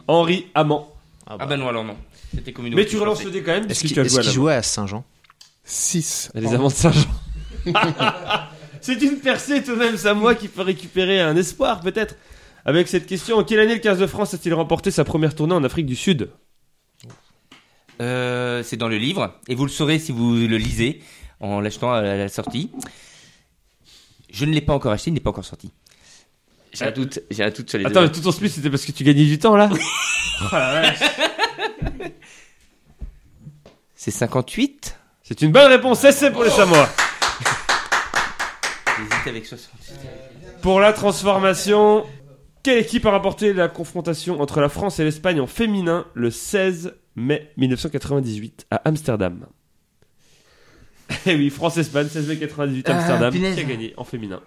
Speaker 3: Henri Amand.
Speaker 5: Ah bah non, alors non. C'était communaux.
Speaker 3: Mais tu relances le dé quand même,
Speaker 7: Est-ce
Speaker 3: puisque
Speaker 7: qu'il
Speaker 3: tu as joué à
Speaker 7: est-ce qu'il
Speaker 3: la main.
Speaker 7: jouait à Saint-Jean
Speaker 9: 6.
Speaker 3: Les amants de Saint-Jean. C'est une percée tout de même, ça moi qui peut récupérer un espoir peut-être. Avec cette question, en quelle année le 15 de France a-t-il remporté sa première tournée en Afrique du Sud
Speaker 5: Euh, c'est dans le livre, et vous le saurez si vous le lisez en l'achetant à la sortie. Je ne l'ai pas encore acheté, il n'est pas encore sorti. J'ai un doute, j'ai un doute sur les deux.
Speaker 3: Attends, mais tout ton split c'était parce que tu gagnais du temps là
Speaker 5: C'est 58
Speaker 3: C'est une bonne réponse, c'est pour les Samoa.
Speaker 5: J'hésite avec 60.
Speaker 3: Pour la transformation, quelle équipe a remporté la confrontation entre la France et l'Espagne en féminin le 16 mai 1998 à Amsterdam Eh oui, France-Espagne, 16 mai 98 Amsterdam, qui a gagné en féminin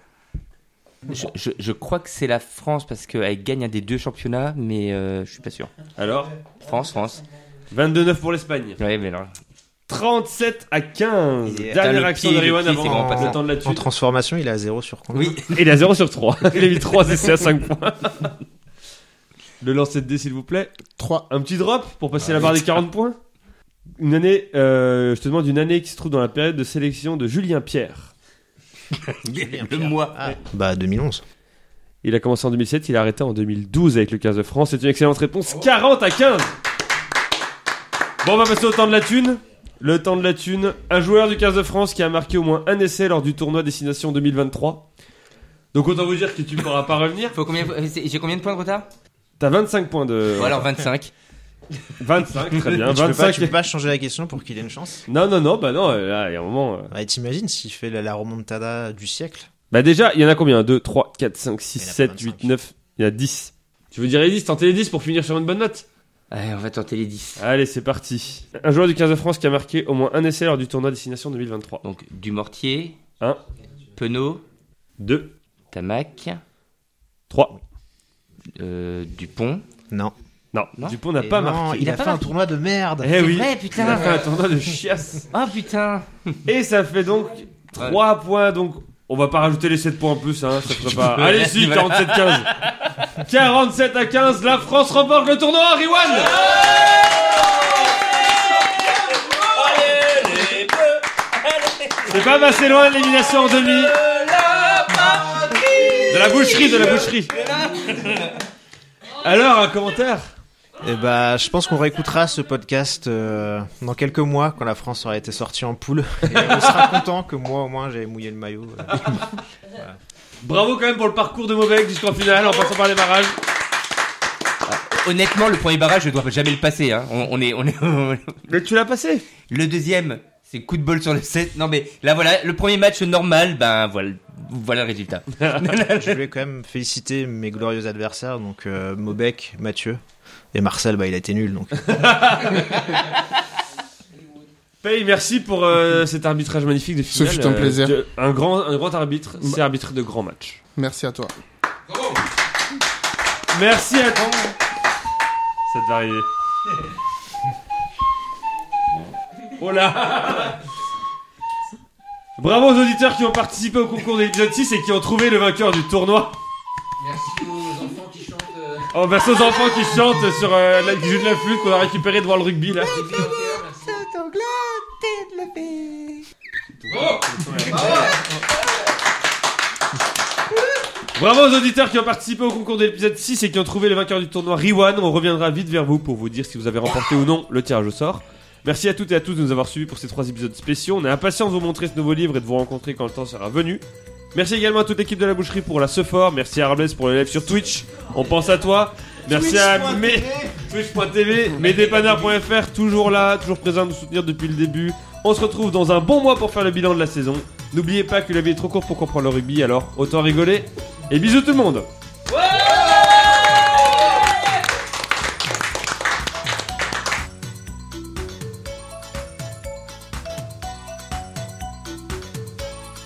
Speaker 5: Je, je- je crois que c'est la France parce qu'elle gagne un des deux championnats, mais euh, je suis pas sûr.
Speaker 3: Alors,
Speaker 5: France, France.
Speaker 3: 22-9 pour l'Espagne.
Speaker 5: Ouais, mais non.
Speaker 3: 37 à 15.
Speaker 5: Et, euh,
Speaker 3: Dernière
Speaker 5: le
Speaker 3: action
Speaker 5: pied,
Speaker 3: de
Speaker 5: le
Speaker 3: Riwan
Speaker 5: pied, c'est
Speaker 3: avant
Speaker 5: vraiment pas
Speaker 3: le
Speaker 5: ça.
Speaker 3: temps de la
Speaker 7: En
Speaker 3: dessus
Speaker 7: transformation, il est à 0 sur combien
Speaker 5: Oui.
Speaker 3: Il est à 0 sur 3. Il a mis 3 essais à 5 points. Le lancer de dés, s'il vous plaît.
Speaker 9: 3.
Speaker 3: Un petit drop pour passer la
Speaker 7: Ah,
Speaker 3: barre des 40 points. Une année, euh, je te demande une année qui se trouve dans la période de sélection de Julien Pierre.
Speaker 5: Le mois.
Speaker 7: Bah 2011.
Speaker 3: Il a commencé en 2007, il a arrêté en 2012 avec le 15 de France. C'est une excellente réponse.
Speaker 7: Oh.
Speaker 3: 40 à 15. Bon, on va passer au temps de la thune. Le temps de la thune. Un joueur du 15 de France qui a marqué au moins un essai lors du tournoi Destination 2023. Donc autant vous dire que tu ne pourras pas revenir.
Speaker 5: Faut combien euh, c'est- J'ai combien de points de retard
Speaker 3: T'as 25 points de...
Speaker 5: Ou alors 25.
Speaker 3: 25, très bien.
Speaker 7: Mais tu, peux pas,
Speaker 3: 25.
Speaker 7: tu peux pas changer la question pour qu'il ait une chance
Speaker 3: Non, non, non, bah non, euh, là, il y a un moment... euh.
Speaker 7: Ouais, T'imagines s'il fait la, la remontada du siècle
Speaker 3: Bah déjà, il y en a combien 2, 3, 4, 5, 6,
Speaker 7: Il y en a
Speaker 3: 7,
Speaker 7: 25.
Speaker 3: 8, 9, il y en a 10. Tu veux dire les 10, tenter les 10 pour finir sur une bonne note
Speaker 5: Allez, on va tenter les 10.
Speaker 3: Allez, c'est parti. Un joueur du 15 de France qui a marqué au moins un essai lors du tournoi Destination 2023.
Speaker 5: Donc, Dumortier,
Speaker 3: Un.
Speaker 5: Penaud,
Speaker 3: 2,
Speaker 5: Tamac,
Speaker 3: 3.
Speaker 5: euh, Dupont.
Speaker 7: Non.
Speaker 3: Non,
Speaker 5: Non.
Speaker 3: Dupont n'a
Speaker 5: Et
Speaker 3: pas
Speaker 7: non,
Speaker 3: marqué.
Speaker 7: il,
Speaker 5: Il
Speaker 7: a,
Speaker 5: a
Speaker 7: fait
Speaker 5: pas
Speaker 7: un tournoi de merde.
Speaker 3: Eh oui, il
Speaker 5: Ouais,
Speaker 3: a
Speaker 5: putain.
Speaker 3: fait un tournoi de chiasse.
Speaker 5: Ah putain.
Speaker 3: Et ça fait donc 3 points, donc on va pas rajouter les 7 points en plus, hein, ça ferait pas...
Speaker 5: peux,
Speaker 3: Allez,
Speaker 5: là,
Speaker 3: si,
Speaker 5: tu vas-
Speaker 3: 47-15 47 à 15, la France remporte le tournoi, Riwan C'est pas passé loin de l'élimination en demi De la boucherie, de la boucherie Alors, un commentaire
Speaker 7: Et bah, je pense qu'on réécoutera ce podcast euh, dans quelques mois quand la France aura été sortie en poule. Et on sera content que moi au moins j'avais mouillé le maillot. euh.
Speaker 3: Bravo quand même pour le parcours de Mauvais jusqu'en finale en passant par les barrages.
Speaker 5: Honnêtement, le premier barrage, je dois jamais le passer. Hein. On, on est, on est...
Speaker 3: Mais tu l'as passé
Speaker 5: Le deuxième, c'est coup de bol sur le 7. Non mais là voilà, le premier match normal, ben voilà, voilà le résultat.
Speaker 7: je voulais quand même féliciter mes glorieux adversaires, donc euh, Mobec, Mathieu. Et Marcel, bah, il a été nul. Donc.
Speaker 3: Paye, merci pour euh, cet arbitrage magnifique de finale.
Speaker 9: Ce fut un
Speaker 3: Euh,
Speaker 9: plaisir.
Speaker 3: de- un, grand, un grand arbitre, c'est arbitre de grands matchs.
Speaker 9: Merci à toi.
Speaker 3: Merci à toi. Ça devait arriver. Oh là Bravo aux auditeurs qui ont participé au concours de l'épisode 6 et qui ont trouvé le vainqueur du tournoi.
Speaker 6: Merci aux enfants qui chantent. euh.
Speaker 3: Oh, merci aux enfants qui chantent sur euh, la, qui jouent de la flûte qu'on a récupéré devant le rugby là. Bravo aux auditeurs qui ont participé au concours de l'épisode 6 et qui ont trouvé le vainqueur du tournoi Riwan. On reviendra vite vers vous pour vous dire si vous avez remporté ou non le tirage au sort. Merci à toutes et à tous de nous avoir suivis pour ces trois épisodes spéciaux. On est impatient de vous montrer ce nouveau livre et de vous rencontrer quand le temps sera venu. Merci également à toute l'équipe de la boucherie pour la Sephore. Merci à Arblès pour le live sur Twitch. On pense à toi. Merci à mes... Twitch.tv, mesdépanneurs.fr, toujours là, toujours présent à nous soutenir depuis le début. On se retrouve dans un bon mois pour faire le bilan de la saison. N'oubliez pas que la vie est trop courte pour comprendre le rugby, alors autant rigoler. Et bisous tout le monde